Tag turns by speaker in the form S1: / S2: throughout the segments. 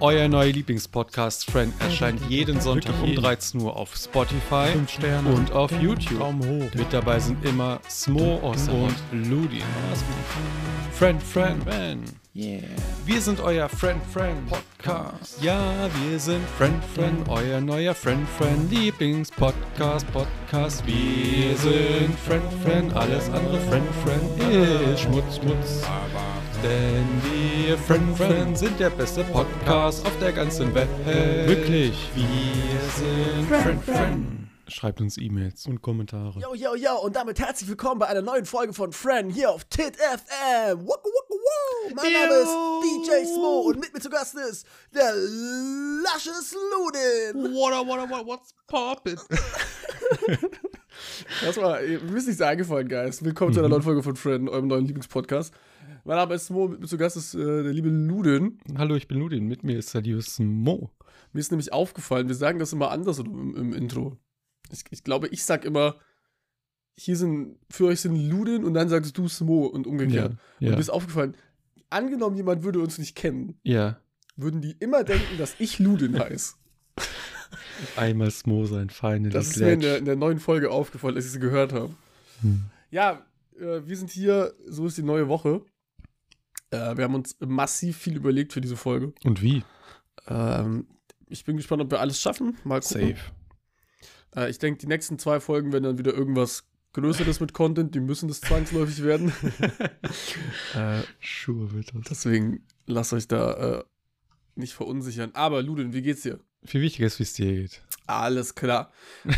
S1: Euer neuer Lieblingspodcast Friend erscheint jeden Sonntag um 13 Uhr auf Spotify
S2: Fünf Sterne.
S1: und auf YouTube.
S2: Daumen hoch.
S1: Mit dabei sind immer Smo und Ludin. Friend, Friend, Friend.
S2: Yeah.
S1: Wir sind euer Friend Friend Podcast. Ja, wir sind Friend Friend, euer neuer Friend Friend Lieblingspodcast Podcast. Wir sind Friend Friend, alles andere Friend Friend ist Schmutz Schmutz. Denn wir Friend Friend sind der beste Podcast auf der ganzen Welt.
S2: Wirklich?
S1: Wir sind Friend Friend. Schreibt uns E-Mails und Kommentare.
S3: Yo, yo, yo, und damit herzlich willkommen bei einer neuen Folge von Fran hier auf TIT FM. Waka, waka, wow. Mein Name ist DJ Smo und mit mir zu Gast ist der Lashes Ludin.
S1: What, what, what, what's poppin'?
S4: Erstmal, ihr müsst nicht sagen, Freund Geist. Willkommen
S1: Mhm.
S4: zu einer neuen Folge von Fred, eurem neuen Lieblingspodcast. Mein Name ist Mo, mit mir zu Gast ist äh, der liebe Ludin.
S1: Hallo, ich bin Ludin. Mit mir ist der liebe Smo.
S4: Mir ist nämlich aufgefallen, wir sagen das immer anders im, im Intro. Ich, ich glaube, ich sag immer, hier sind, für euch sind Ludin und dann sagst du Smo und umgekehrt. Und
S1: ja.
S4: mir ist aufgefallen, angenommen, jemand würde uns nicht kennen,
S1: ja.
S4: würden die immer denken, dass ich Ludin heiße.
S1: Einmal Smo sein, feine
S4: Das ist mir in der, in der neuen Folge aufgefallen, als ich sie gehört habe.
S1: Hm.
S4: Ja, äh, wir sind hier, so ist die neue Woche. Äh, wir haben uns massiv viel überlegt für diese Folge.
S1: Und wie?
S4: Ähm, ich bin gespannt, ob wir alles schaffen. Mal gucken. Äh, ich denke, die nächsten zwei Folgen werden dann wieder irgendwas Größeres mit Content. Die müssen das zwangsläufig werden. äh,
S1: Schuhe wird das.
S4: deswegen lasst euch da äh, nicht verunsichern. Aber Ludin, wie geht's dir?
S1: Viel wichtiger ist, wie es dir geht.
S4: Alles klar.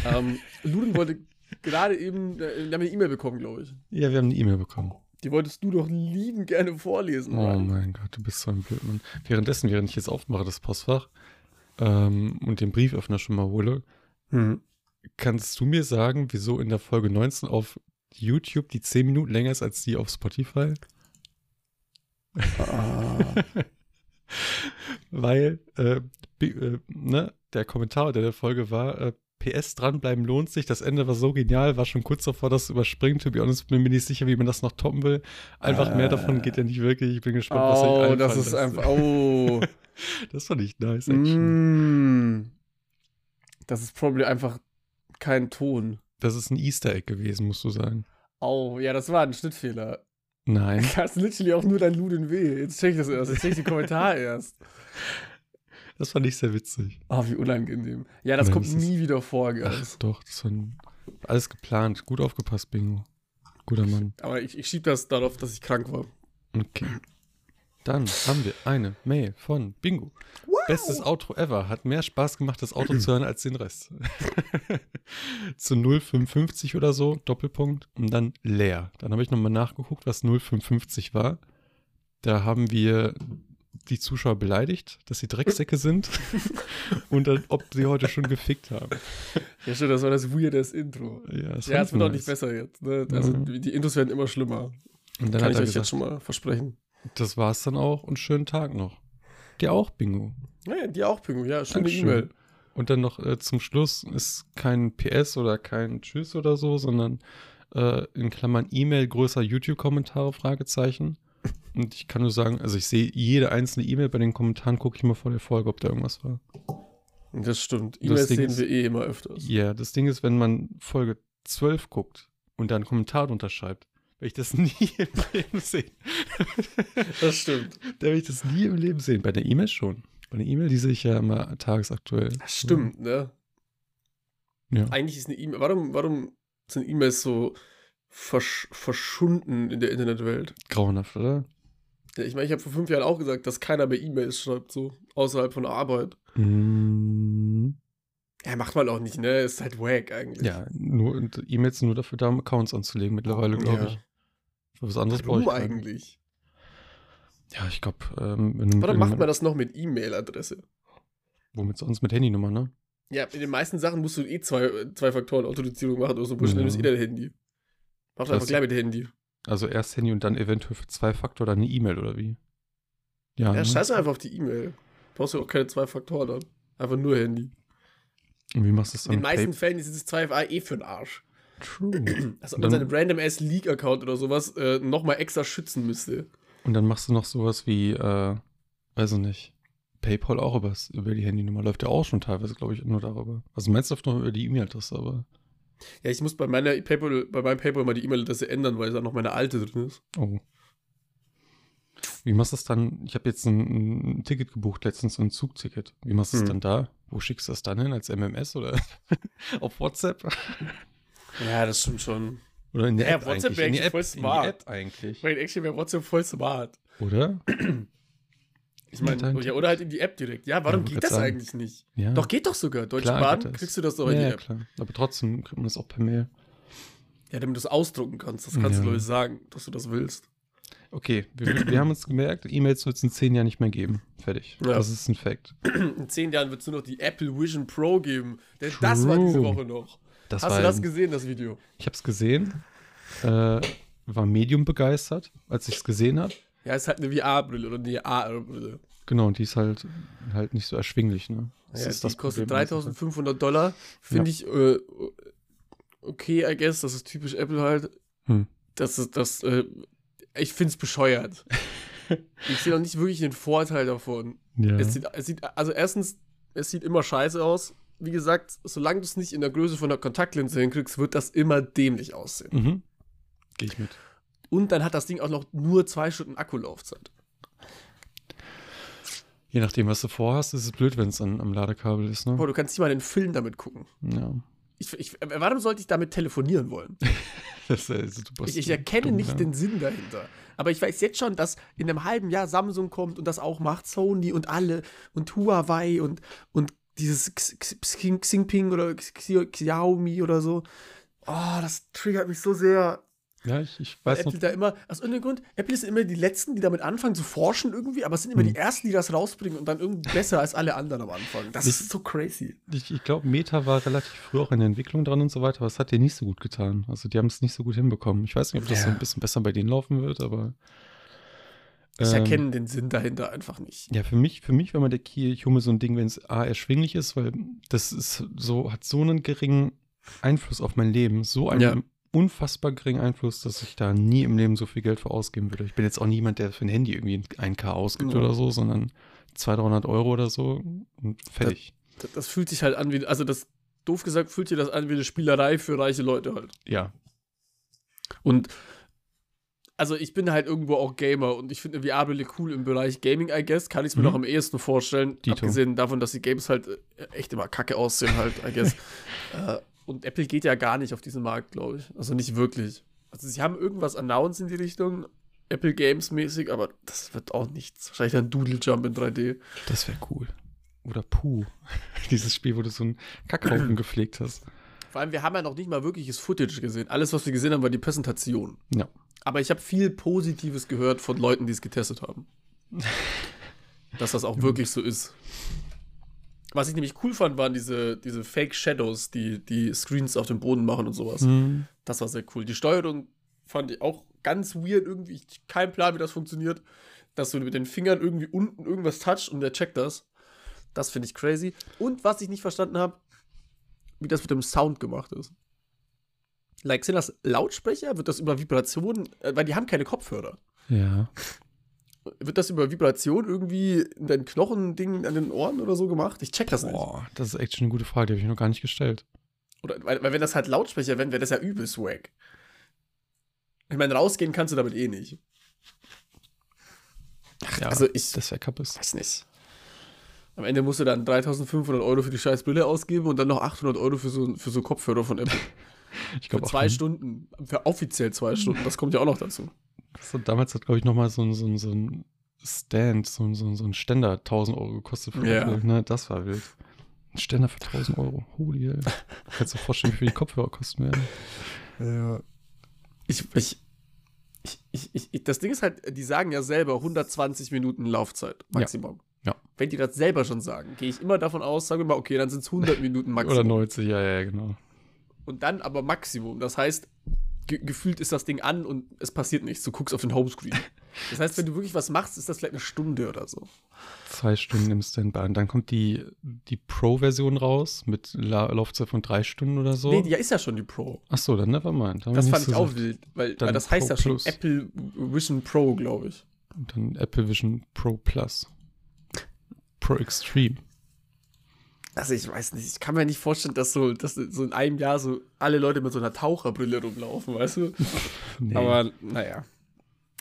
S4: ähm, Ludin wollte gerade eben, äh, wir haben eine E-Mail bekommen, glaube ich.
S1: Ja, wir haben eine E-Mail bekommen.
S4: Die wolltest du doch lieben gerne vorlesen.
S1: Oh
S4: Ryan.
S1: mein Gott, du bist so ein Blödmann. Währenddessen, während ich jetzt aufmache, das Postfach ähm, und den Brieföffner schon mal hole, Hm. kannst du mir sagen, wieso in der Folge 19 auf YouTube die 10 Minuten länger ist als die auf Spotify? Weil äh, bi- äh, ne, der Kommentar unter der Folge war, äh, PS dranbleiben lohnt sich, das Ende war so genial, war schon kurz davor, das zu überspringen, to be honest, bin mir nicht sicher, wie man das noch toppen will. Einfach mehr davon geht ja nicht wirklich, ich bin gespannt, was euch
S4: Oh,
S1: einfallen
S4: das ist
S1: lässt.
S4: einfach. Mm. Oh.
S1: Das fand ich nice, actually.
S4: mm. Das ist probably einfach kein Ton.
S1: Das ist ein Easter Egg gewesen, musst du sagen.
S4: Oh, ja, das war ein Schnittfehler.
S1: Nein.
S4: Das ist literally auch nur dein Ludin W. Jetzt check ich das erst. Jetzt check ich den Kommentar erst.
S1: Das fand ich sehr witzig.
S4: Oh, wie unangenehm. Ja, das
S1: Nein,
S4: kommt
S1: das ist-
S4: nie wieder vor,
S1: Ach
S4: Guys.
S1: doch, das war ein- alles geplant. Gut aufgepasst, Bingo. Guter Mann.
S4: Aber ich, ich schieb das darauf, dass ich krank war.
S1: Okay. Dann haben wir eine Mail von Bingo. Bestes Outro ever. Hat mehr Spaß gemacht, das Outro zu hören, als den Rest. zu 0550 oder so, Doppelpunkt. Und dann leer. Dann habe ich nochmal nachgeguckt, was 0550 war. Da haben wir die Zuschauer beleidigt, dass sie Drecksäcke sind und dann, ob sie heute schon gefickt haben.
S4: Ja, stimmt, das war das weirdest Intro.
S1: Ja, das
S4: Ja,
S1: fand
S4: es
S1: ich
S4: wird auch
S1: nice.
S4: nicht besser jetzt. Ne? Also,
S1: Mhm.
S4: die die Intros werden immer schlimmer.
S1: Und dann
S4: Kann
S1: hat
S4: ich
S1: er
S4: euch
S1: gesagt,
S4: jetzt schon mal versprechen.
S1: das war's dann auch und schönen Tag noch. Dir auch, Bingo.
S4: Naja, dir auch, Pingu. Ja, schöne
S1: Dankeschön.
S4: E-Mail.
S1: Und dann noch äh, zum Schluss ist kein PS oder kein Tschüss oder so, sondern äh, in Klammern E-Mail größer YouTube-Kommentare, Fragezeichen. Und ich kann nur sagen, also ich sehe jede einzelne E-Mail bei den Kommentaren, gucke ich mal vor der Folge, ob da irgendwas war.
S4: Das stimmt.
S1: Das
S4: E-Mails
S1: Ding
S4: sehen
S1: ist-
S4: wir eh immer öfters.
S1: Ja, das Ding ist, wenn man Folge 12 guckt und da einen Kommentar drunter schreibt, werde ich das nie im Leben sehen.
S4: Das stimmt.
S1: Da werde ich das nie im Leben sehen. Bei der E-Mail schon. Bei der E-Mail, die sehe ich ja immer tagesaktuell.
S4: Das stimmt, ne?
S1: Ja.
S4: Eigentlich ist eine E-Mail. Warum, warum sind E-Mails so versch verschunden in der Internetwelt?
S1: Grauenhaft, oder?
S4: Ja, ich meine, ich habe vor fünf Jahren auch gesagt, dass keiner mehr E-Mails schreibt, so außerhalb von der Arbeit.
S1: Mhm.
S4: Ja, macht man auch nicht, ne? Ist halt wack eigentlich.
S1: Ja, nur und E-Mails sind nur dafür da, um Accounts anzulegen mittlerweile, glaube
S4: Ja.
S1: ich. Für was anderes brauche ich.
S4: Warum
S1: gar nicht.
S4: eigentlich?
S1: Ja, ich glaube, ähm, wenn du-
S4: Warum
S1: wenn
S4: macht man das noch mit E-Mail-Adresse?
S1: Womit sonst mit Handynummer, ne?
S4: Ja, in den meisten Sachen musst du eh zwei, zwei Faktoren Authentifizierung machen oder so, Bullshit,
S1: Ja.
S4: nimmst eh dein Handy. Mach doch
S1: Das-
S4: einfach gleich mit Handy.
S1: Also erst Handy und dann eventuell für zwei Faktor dann eine E-Mail oder wie? Ja,
S4: Ja,
S1: ne?
S4: scheiß doch einfach auf die E-Mail. Brauchst du auch keine zwei Faktoren an. Einfach nur Handy.
S1: Und wie machst du das
S4: In
S1: dann?
S4: den
S1: mit
S4: meisten Fällen ist dieses 2FA eh für den Arsch.
S1: True.
S4: Als ob man
S1: Hm. Dann-
S4: seinen random ass League Account oder sowas äh, nochmal extra schützen müsste.
S1: Und dann machst du noch sowas wie, äh, weiß ich nicht, PayPal auch übers, über die Handynummer läuft ja auch schon teilweise, glaube ich, nur darüber. Also meinst du oft noch über die E-Mail-Adresse, aber.
S4: Ja, ich muss bei meiner PayPal, bei meinem PayPal mal die E-Mail-Adresse ändern, weil da noch meine alte drin ist.
S1: Oh. Wie machst du das dann? Ich habe jetzt ein, ein Ticket gebucht, letztens ein Zugticket. Wie machst du es
S4: Hm.
S1: dann da? Wo schickst du das dann hin? Als MMS oder auf WhatsApp?
S4: Ja, das stimmt schon.
S1: Oder in der
S4: Ja,
S1: App
S4: WhatsApp
S1: eigentlich?
S4: wäre
S1: In die
S4: eigentlich
S1: App,
S4: voll
S1: in die
S4: smart.
S1: App eigentlich.
S4: Brain Action wäre WhatsApp voll smart.
S1: Oder?
S4: Ich
S1: Ja,
S4: meine,
S1: danke.
S4: ja, oder halt in die App direkt. Ja, warum
S1: Ja,
S4: geht
S1: wollte
S4: das
S1: sagen.
S4: eigentlich nicht?
S1: Ja.
S4: Doch, geht doch sogar. Deutsche
S1: Klar geht
S4: Bahn
S1: das.
S4: kriegst du das doch in
S1: ja,
S4: die
S1: ja,
S4: App.
S1: klar. Aber trotzdem kriegt man das auch per Mail.
S4: Ja, damit du es ausdrucken kannst. Das kannst
S1: Ja.
S4: du Leute sagen, dass du das willst.
S1: Okay, wir, wir haben uns gemerkt, E-Mails wird es in zehn Jahren nicht mehr geben. Fertig.
S4: Ja.
S1: Das ist ein Fact.
S4: In zehn Jahren wird es nur noch die Apple Vision Pro geben. Denn das war diese
S1: True.
S4: Woche noch.
S1: Das
S4: Hast
S1: war
S4: du das gesehen, das Video?
S1: Ich habe es gesehen, äh, war medium begeistert, als ich es gesehen habe.
S4: Ja, ist halt eine VR-Brille oder eine AR-Brille.
S1: Genau, und die ist halt, halt nicht so erschwinglich. Ne? Das
S4: Ja,
S1: ist
S4: die
S1: das
S4: kostet
S1: Problem.
S4: 3500 Dollar. Finde ich äh, okay, I guess. Das ist typisch Apple halt.
S1: Hm.
S4: Das ist das. Äh, ich finde es bescheuert. ich sehe noch nicht wirklich den Vorteil davon.
S1: Ja.
S4: Es, sieht, es sieht, also erstens, es sieht immer scheiße aus. Wie gesagt, solange du es nicht in der Größe von einer Kontaktlinse hinkriegst, wird das immer dämlich aussehen.
S1: Mhm. Gehe ich mit.
S4: Und dann hat das Ding auch noch nur zwei Stunden Akkulaufzeit.
S1: Je nachdem, was du vorhast, ist es blöd, wenn es an- am Ladekabel ist.
S4: Boah,
S1: Ne?
S4: du kannst nicht mal den Film damit gucken.
S1: Ja.
S4: Ich, ich, äh, warum sollte ich damit telefonieren wollen?
S1: Das ist super
S4: Ich, ich erkenne
S1: dumm,
S4: nicht
S1: ja.
S4: den Sinn dahinter. Aber ich weiß jetzt schon, dass in einem halben Jahr Samsung kommt und das auch macht, Sony und alle und Huawei und, und dieses X- X- Xing- Xingping oder Xio- Xiaomi oder so. Oh, das triggert mich so sehr.
S1: Ja, ich, ich
S4: Weil
S1: weiß noch.
S4: Apple da immer, aus irgendeinem Grund, Apple sind immer die Letzten, die damit anfangen zu forschen irgendwie, aber es sind immer
S1: Hm.
S4: die Ersten, die das rausbringen und dann irgendwie besser als alle anderen am Anfang. Das
S1: Ich-
S4: ist so crazy.
S1: Ich, ich glaube, Meta war relativ früh auch in der Entwicklung dran und so weiter, aber es hat dir nicht so gut getan. Also die haben es nicht so gut hinbekommen. Ich weiß nicht, ob das
S4: Ja.
S1: so ein bisschen besser bei denen laufen wird, aber.
S4: Ich
S1: ähm,
S4: erkenne den Sinn dahinter einfach nicht.
S1: Ja, für mich, für mich war mal der Key Hume so ein Ding, wenn es A erschwinglich ist, weil das ist so, hat so einen geringen Einfluss auf mein Leben, so einen
S4: Ja.
S1: unfassbar geringen Einfluss, dass ich da nie im Leben so viel Geld für ausgeben würde. Ich bin jetzt auch niemand, der für ein Handy irgendwie ein K ausgibt
S4: Ja.
S1: oder so, sondern 200, 300 Euro oder so und fertig.
S4: Das, das fühlt sich halt an wie, also das, doof gesagt, fühlt sich das an wie eine Spielerei für reiche Leute halt.
S1: ja.
S4: Und also ich bin halt irgendwo auch Gamer und ich finde eine VR-Brille cool im Bereich Gaming, I guess. Kann ich es mir
S1: Mhm.
S4: noch am ehesten vorstellen.
S1: Dito.
S4: Abgesehen davon, dass die Games halt äh, echt immer kacke aussehen halt, I guess. äh, und Apple geht ja gar nicht auf diesen Markt, glaube ich. Also nicht wirklich. Also sie haben irgendwas announced in die Richtung, Apple Games mäßig, aber das wird auch nichts. Wahrscheinlich dann Doodle Jump in 3D.
S1: Das wäre cool. Oder Puh. Dieses Spiel, wo du so einen Kackhaufen gepflegt hast.
S4: Vor allem, wir haben ja noch nicht mal wirkliches Footage gesehen. Alles, was wir gesehen haben, war die Präsentation.
S1: Ja.
S4: Aber ich habe viel Positives gehört von Leuten, die es getestet haben. Dass das auch wirklich so ist. Was ich nämlich cool fand, waren diese, diese Fake Shadows, die die Screens auf dem Boden machen und sowas.
S1: Hm.
S4: Das war sehr cool. Die Steuerung fand ich auch ganz weird irgendwie. Ich kein Plan, wie das funktioniert. Dass du mit den Fingern irgendwie unten irgendwas touchst und der checkt das. Das finde ich crazy. Und was ich nicht verstanden habe, wie das mit dem Sound gemacht ist. Like, sind das Lautsprecher? Wird das über Vibrationen, äh, weil die haben keine Kopfhörer.
S1: Ja.
S4: Wird das über Vibrationen irgendwie in deinen Knochendingen an den Ohren oder so gemacht? Ich check das nicht.
S1: Boah, das ist echt schon eine gute Frage, die habe ich noch gar nicht gestellt.
S4: Oder, weil, weil wenn das halt Lautsprecher wären, wäre das ja übel swag. Ich meine, rausgehen kannst du damit eh nicht.
S1: Ja,
S4: also ich-
S1: Das wäre kaputt.
S4: Weiß nicht. Am Ende musst du dann 3500 Euro für die scheiß Brille ausgeben und dann noch 800 Euro für so, für so Kopfhörer von Apple.
S1: Ich
S4: Für
S1: glaub auch
S4: zwei
S1: nicht.
S4: Stunden. Für offiziell zwei Stunden. Das kommt ja auch noch dazu.
S1: So, damals hat, glaube ich, nochmal so, ein- so, ein- so ein Stand, so, ein- so, ein- so ein Ständer 1000 Euro gekostet. Für
S4: Ja.
S1: Apple, ne? Das war wild. Ein Ständer für 1000 Euro. Holy hell. Kannst du dir vorstellen, wie viel die Kopfhörer kosten werden?
S4: Ich, ich, ich, ich, ich, ich, das Ding ist halt, die sagen ja selber 120 Minuten Laufzeit Maximum.
S1: Ja.
S4: Wenn die das selber schon sagen, gehe ich immer davon aus, sagen wir mal, okay, dann sind es 100 Minuten
S1: Oder
S4: Maximum.
S1: 90, ja, ja, genau.
S4: Und dann aber Maximum. Das heißt, ge gefühlt ist das Ding an und es passiert nichts. Du guckst auf den Homescreen. Das heißt, wenn du wirklich was machst, ist das vielleicht eine Stunde oder so.
S1: Zwei Stunden im Standby. Und dann kommt die, die Pro-Version raus mit La Laufzeit von drei Stunden oder so.
S4: Nee, die ja ist ja schon die Pro.
S1: Ach so, dann nevermind. Dann
S4: Das
S1: haben wir
S4: fand ich
S1: nichts
S4: auch
S1: gesagt.
S4: wild, weil,
S1: Dann
S4: weil das heißt
S1: Pro
S4: ja schon
S1: Plus.
S4: Apple Vision Pro, glaube ich.
S1: Und dann Apple Vision Pro Plus. Pro Extreme.
S4: Also ich weiß nicht, ich kann mir nicht vorstellen, dass so, dass so in einem Jahr so alle Leute mit so einer Taucherbrille rumlaufen, weißt du?
S1: Nee.
S4: Aber naja.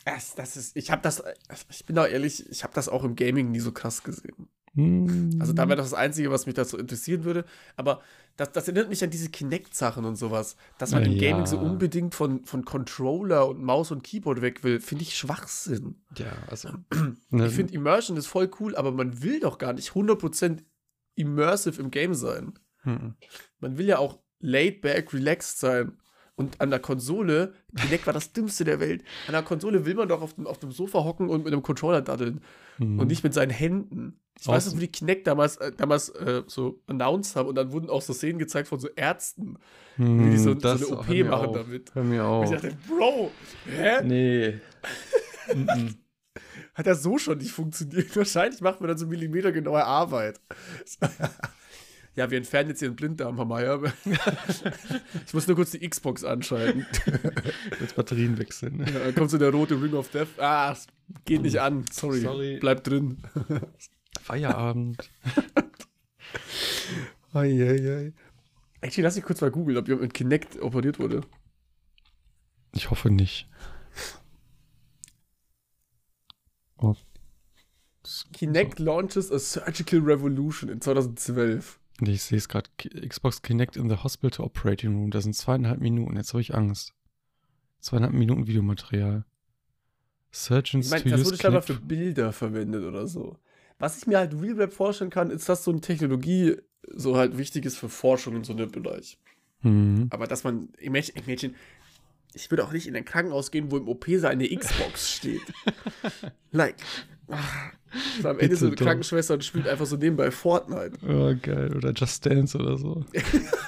S4: Das, das ist, ich habe das, ich bin auch ehrlich, ich habe das auch im Gaming nie so krass gesehen.
S1: Hm.
S4: Also da wäre das das Einzige, was mich dazu interessieren würde. Aber das, das erinnert mich an diese Kinect-Sachen und sowas. Dass man
S1: Na
S4: im Gaming
S1: Äh, ja.
S4: so unbedingt von, von Controller und Maus und Keyboard weg will, finde ich Schwachsinn.
S1: ja, also. ne,
S4: Ich finde Immersion ist voll cool, aber man will doch gar nicht 100% immersive im Game sein.
S1: hm.
S4: Man will ja auch laid back, relaxed sein. Und an der Konsole, Kinect war das dümmste der Welt. An der Konsole will man doch auf dem, auf dem Sofa hocken und mit einem Controller daddeln
S1: Hm.
S4: und nicht mit seinen Händen. Ich weiß
S1: Außen-
S4: noch, wo die Kinect damals, äh, damals äh, so announced haben und dann wurden auch so Szenen gezeigt von so Ärzten, wie die
S1: Hm,
S4: so,
S1: das-
S4: so eine
S1: oh,
S4: OP
S1: hör mir
S4: machen
S1: auf.
S4: damit.
S1: Hör mir
S4: Und ich
S1: auf.
S4: dachte, Bro, hä?
S1: Nee. Mhm.
S4: Hat das so schon nicht funktioniert? Wahrscheinlich macht man dann so millimetergenaue Arbeit. Ja, wir entfernen jetzt ihren Blinddarm, Herr Meier. Ich muss nur kurz die Xbox anschalten.
S1: Jetzt Batterien wechseln.
S4: Ja, dann kommt so der rote Ring of Death. Ah, es geht nicht an. Sorry.
S1: Sorry.
S4: Bleibt drin.
S1: Feierabend.
S4: Eieiei. Actually, lass mich kurz mal googeln, ob jemand mit Kinect operiert wurde.
S1: Ich hoffe nicht. Oh.
S4: Kinect launches a surgical revolution in 2012.
S1: Nee, Ich sehe es gerade. K- Xbox Kinect in the Hospital Operating Room. Das sind zweieinhalb Minuten. Jetzt habe ich Angst. Zweieinhalb Minuten Videomaterial. Surgeons
S4: Ich meine,
S1: to
S4: das
S1: use
S4: wurde scheinbar
S1: Kinect.
S4: für Bilder verwendet oder so. Was ich mir halt real rap vorstellen kann, ist, dass so eine Technologie so halt wichtig ist für Forschung in so einem Bereich.
S1: Hm.
S4: Aber dass man, imagine, imagine ich würde auch nicht in ein Krankenhaus gehen, wo im OP-Saal eine Xbox steht. like. So am Ende
S1: Bitte
S4: so eine
S1: doch.
S4: Krankenschwester und spielt einfach so nebenbei Fortnite.
S1: Oh, geil. Oder Just Dance oder so.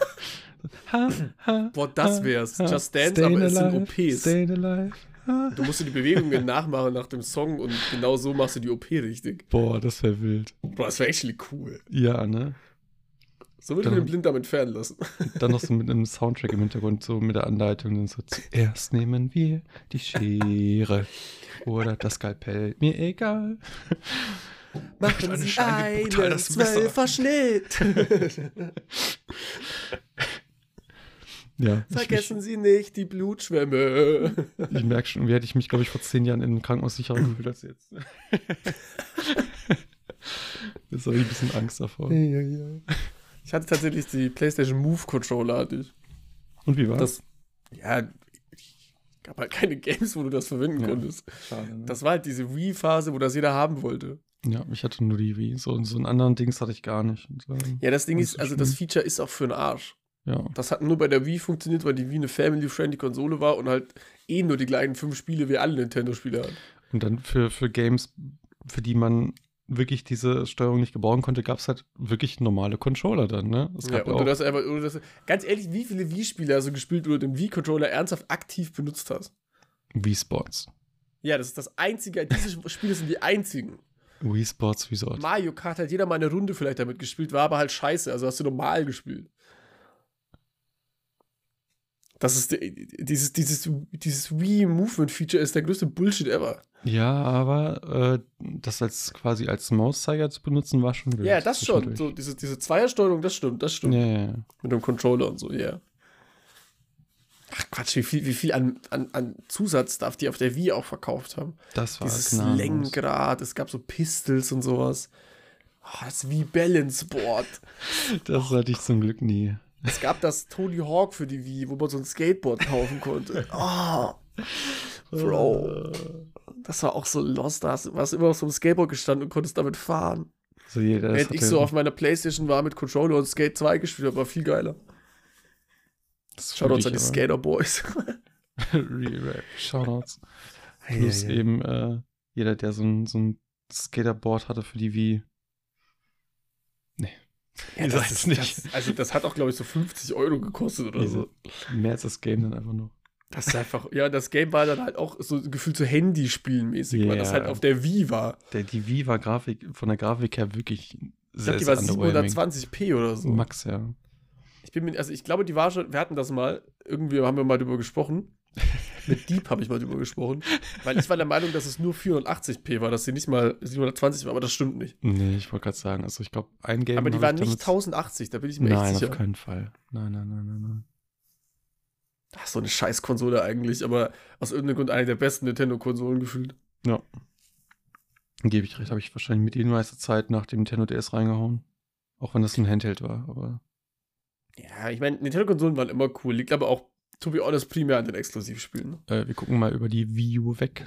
S1: ha, ha,
S4: Boah, das wär's.
S1: ha.
S4: Just Dance,
S1: Stayin'
S4: aber es sind
S1: Ah, alive,
S4: OPs.
S1: Stayin' alive. Ha.
S4: Du musst dir die Bewegungen nachmachen nach dem Song und genau so machst du die OP richtig.
S1: Boah, das wäre wild.
S4: Boah, das wäre actually cool.
S1: Ja, ne?
S4: So würde ich mir
S1: Dann-
S4: den Blinddarm entfernen lassen.
S1: Dann noch so mit einem Soundtrack im Hintergrund, so mit der Anleitung. Dann so, zuerst nehmen wir die Schere oder das Skalpell. Mir egal.
S4: Machen
S1: Eine
S4: Sie
S1: Schlange,
S4: einen
S1: brutal, das Messer.
S4: Zwölferschnitt.
S1: Ja, ich, ich,
S4: Vergessen Sie nicht die Blutschwämme.
S1: ich merke schon, wie hätte ich mich, glaube ich, vor zehn Jahren in einem Krankenhaus sicherer gefühlt als jetzt. Jetzt habe ich ein bisschen Angst davor.
S4: Ich hatte tatsächlich die PlayStation Move Controller. Hatte ich.
S1: Und wie war
S4: Das, ja, gab halt keine Games, wo du das verwenden
S1: Ja.
S4: konntest.
S1: Schade, ne?
S4: Das war halt diese Wii-Phase, wo das jeder haben wollte.
S1: Ja, ich hatte nur die Wii. So, so einen anderen Dings hatte ich gar nicht. Und, ähm,
S4: Ja, das Ding
S1: Das ist
S4: ist, also das
S1: schlimm.
S4: Feature ist auch für den Arsch.
S1: ja.
S4: Das hat nur bei der Wii funktioniert, weil die Wii eine family-friendly Konsole war und halt eh nur die gleichen fünf Spiele wie alle Nintendo-Spiele hat.
S1: Und dann für, für Games, für die man wirklich diese Steuerung nicht gebrauchen konnte, gab es halt wirklich normale Controller dann, ne? Es
S4: Ja,
S1: gab ja,
S4: und du
S1: auch,
S4: das einfach, oder das, ganz ehrlich, wie viele Wii-Spiele hast du gespielt, oder den Wii-Controller ernsthaft aktiv benutzt hast?
S1: Wii Sports.
S4: Ja, das ist das einzige, diese Spiele sind die einzigen.
S1: Wii Sports Resort.
S4: Mario Kart hat jeder mal eine Runde vielleicht damit gespielt, war aber halt scheiße, also hast du normal gespielt. Das ist die, dieses, dieses, dieses Wii-Movement-Feature ist der größte Bullshit ever.
S1: ja, aber äh, das als quasi als Mauszeiger zu benutzen, war schon wild.
S4: Ja, das schon.
S1: zwischendurch.
S4: So, diese, diese Zweiersteuerung, das stimmt, das stimmt.
S1: Ja, ja, ja.
S4: Mit dem Controller und so, ja. Ach Quatsch, wie viel, wie viel an, an, an Zusatz darf die auf der Wii auch verkauft haben?
S1: Das war
S4: Dieses
S1: gnadenlos.
S4: Lenkrad, es gab so Pistols und sowas. Ah, das Wii Balance Board.
S1: Das hatte ich zum Glück nie.
S4: es gab das Tony Hawk für die Wii, wo man so ein Skateboard kaufen konnte. Ah, Bro. Das war auch so lost. Da hast- warst du immer auf so einem Skateboard gestanden und konntest damit fahren.
S1: So, jeder, das
S4: Während ich
S1: hatte-
S4: so auf meiner Playstation war mit Controller und Skate 2 gespielt habe, war viel geiler.
S1: das
S4: Schaut uns an
S1: fühl
S4: die
S1: ich
S4: Skater Boys.
S1: aber. Re-Rap. Shoutouts. Plus eben äh, jeder, der so ein, so ein Skaterboard hatte für die Wii.
S4: Ja,
S1: Ihr
S4: das
S1: seid's
S4: ist,
S1: nicht.
S4: Das, also das hat auch, glaube ich, so 50 Euro gekostet oder so.
S1: Mehr als das Game dann einfach noch.
S4: Das ist einfach, ja, das Game war dann halt auch so gefühlt so Handyspielmäßig, weil das
S1: Ja.
S4: halt auf der Wii war.
S1: Der, die Wii war Grafik, von der Grafik her wirklich
S4: Ich
S1: sehr,
S4: glaube, die
S1: sehr
S4: war
S1: underwhelming.
S4: 720p oder so.
S1: Max, ja.
S4: Ich bin mir, also ich glaube, die war schon, wir hatten das mal, irgendwie haben wir mal drüber gesprochen. Mit Dieb habe ich mal drüber gesprochen. Weil ich war der Meinung, dass es nur 480p war, dass sie nicht mal 720 war, aber das stimmt nicht.
S1: Nee, ich wollte gerade sagen, also ich glaube, ein Game.
S4: Aber die
S1: hab
S4: waren
S1: ich
S4: nicht
S1: damit-
S4: 1080, da bin ich mir
S1: Nein,
S4: echt
S1: auf
S4: sicher.
S1: keinen Fall. Nein, nein, nein, nein, nein.
S4: Das ist so eine Scheißkonsole eigentlich, aber aus irgendeinem Grund eine der besten Nintendo-Konsolen gefühlt.
S1: Gebe ich recht, habe ich wahrscheinlich mit die meiste Zeit nach dem Nintendo DS reingehauen. Auch wenn das ein Handheld war, aber.
S4: Ja, ich meine, Nintendo-Konsolen waren immer cool, liegt aber auch, to be honest, primär an den Exklusivspielen.
S1: Äh, wir gucken mal über die Wii U weg.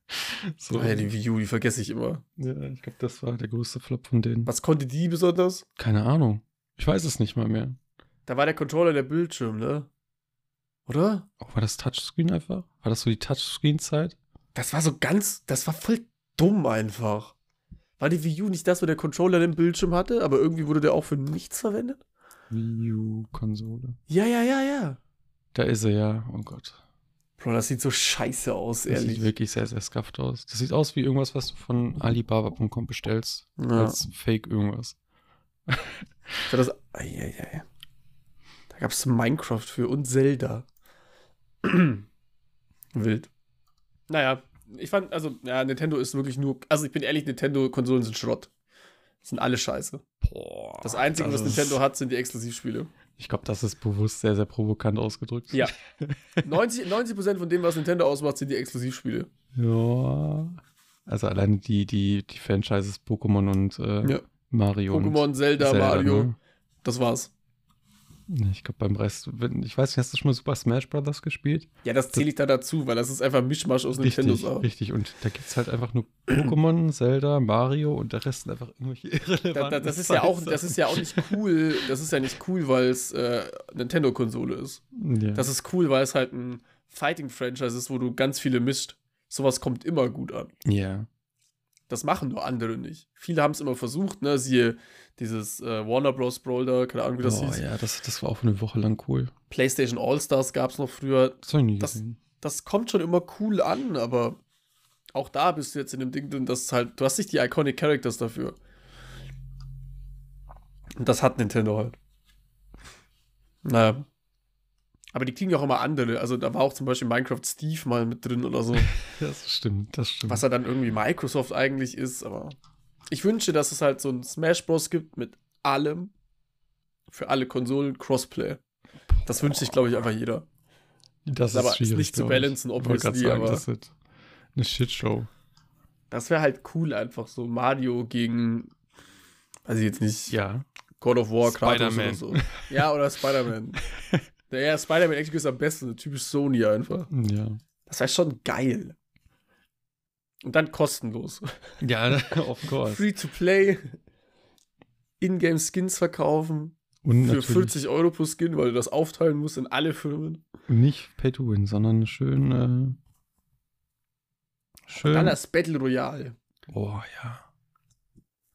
S1: so.
S4: Ah ja, die Wii U, die vergesse ich immer.
S1: Ja, ich glaube, das war der größte Flop von denen.
S4: Was konnte die besonders?
S1: Keine Ahnung. Ich weiß es nicht mal mehr.
S4: Da war der Controller der Bildschirm, ne? Oder?
S1: Oh, war das Touchscreen einfach? War das so die Touchscreen-Zeit?
S4: Das war so ganz, das war voll dumm einfach. War die Wii U nicht das, wo der Controller den Bildschirm hatte, aber irgendwie wurde der auch für nichts verwendet?
S1: Wii U-Konsole.
S4: Ja, ja, ja, ja.
S1: Da ist er ja. Oh Gott.
S4: Bro, das sieht so scheiße aus,
S1: Das sieht
S4: ehrlich.
S1: wirklich sehr, sehr skafft aus. Das sieht aus wie irgendwas, was du von Alibaba.com bestellst.
S4: Ja.
S1: Als Fake irgendwas.
S4: Da das, Eieiei. Da gab es Minecraft für und Zelda. Wild. Naja, ich fand, also, ja, Nintendo ist wirklich nur, also ich bin ehrlich, Nintendo-Konsolen sind Schrott. Sind alle scheiße.
S1: Boah. also
S4: Das Einzige, was Nintendo hat, sind die Exklusivspiele.
S1: Ich glaube, das ist bewusst sehr, sehr provokant ausgedrückt.
S4: Ja. 90%, 90 von dem, was Nintendo ausmacht, sind die Exklusivspiele.
S1: Ja. Also alleine die, die, die Franchises Pokémon und äh,
S4: Ja.
S1: Mario.
S4: Pokémon,
S1: und
S4: Zelda, Mario,
S1: ne?
S4: das war's.
S1: Nee, Ich glaube, beim Rest, wenn- ich weiß nicht, hast du schon mal Super Smash Brothers gespielt?
S4: Ja, das zähle ich da dazu, weil das ist einfach ein Mischmasch aus
S1: Richtig,
S4: Nintendo.
S1: richtig. Und da gibt es halt einfach nur Pokémon, Zelda, Mario und der Rest sind einfach irgendwelche irrelevanten
S4: Da, da, das, ist ja auch, das
S1: Scheiße.
S4: ist ja auch nicht cool, das ist ja nicht cool, weil es äh, Nintendo-Konsole ist.
S1: Ja.
S4: Das ist cool, weil es halt ein Fighting-Franchise ist, wo du ganz viele mischt. Sowas kommt immer gut an.
S1: ja.
S4: Das machen nur andere nicht. Viele haben es immer versucht, ne? Siehe dieses äh, Warner Bros. Brawl da, keine Ahnung, wie das
S1: Boah,
S4: hieß.
S1: Oh, ja, das, das war auch eine Woche lang cool.
S4: PlayStation All-Stars gab es noch früher.
S1: Das habe ich nie
S4: Das-
S1: gesehen.
S4: das kommt schon immer cool an, aber auch da bist du jetzt in dem Ding drin, dass halt, du hast nicht die iconic Characters dafür. Und das hat Nintendo halt. Naja. Aber die kriegen ja auch immer andere. Also da war auch zum Beispiel Minecraft Steve mal mit drin oder so,
S1: Das stimmt, das stimmt.
S4: was er dann irgendwie Microsoft eigentlich ist, aber ich wünsche, dass es halt so ein Smash Bros. gibt mit allem. Für alle Konsolen Crossplay. Das wünscht sich, glaube ich, einfach jeder.
S1: das
S4: aber ist
S1: schwierig,
S4: nicht zu
S1: glaub ich.
S4: balancen,
S1: Wollte grad
S4: obviously, aber-
S1: das ist eine Shitshow.
S4: Das wäre halt cool, einfach so Mario gegen, weiß ich jetzt nicht,
S1: Ja.
S4: God of War, Kratos
S1: Spider-Man.
S4: oder so. Ja, oder Spider-Man. naja, Spider-Man actually ist am besten, typisch Sony einfach.
S1: Ja.
S4: Das wäre schon geil. Und dann kostenlos.
S1: Ja, of course.
S4: Free to play, Ingame Skins verkaufen,
S1: Und
S4: für
S1: natürlich
S4: 40 Euro pro Skin, weil du das aufteilen musst in alle Firmen.
S1: nicht Pay to Win, sondern schön. Äh, schön.
S4: Dann das Battle Royale.
S1: Oh ja.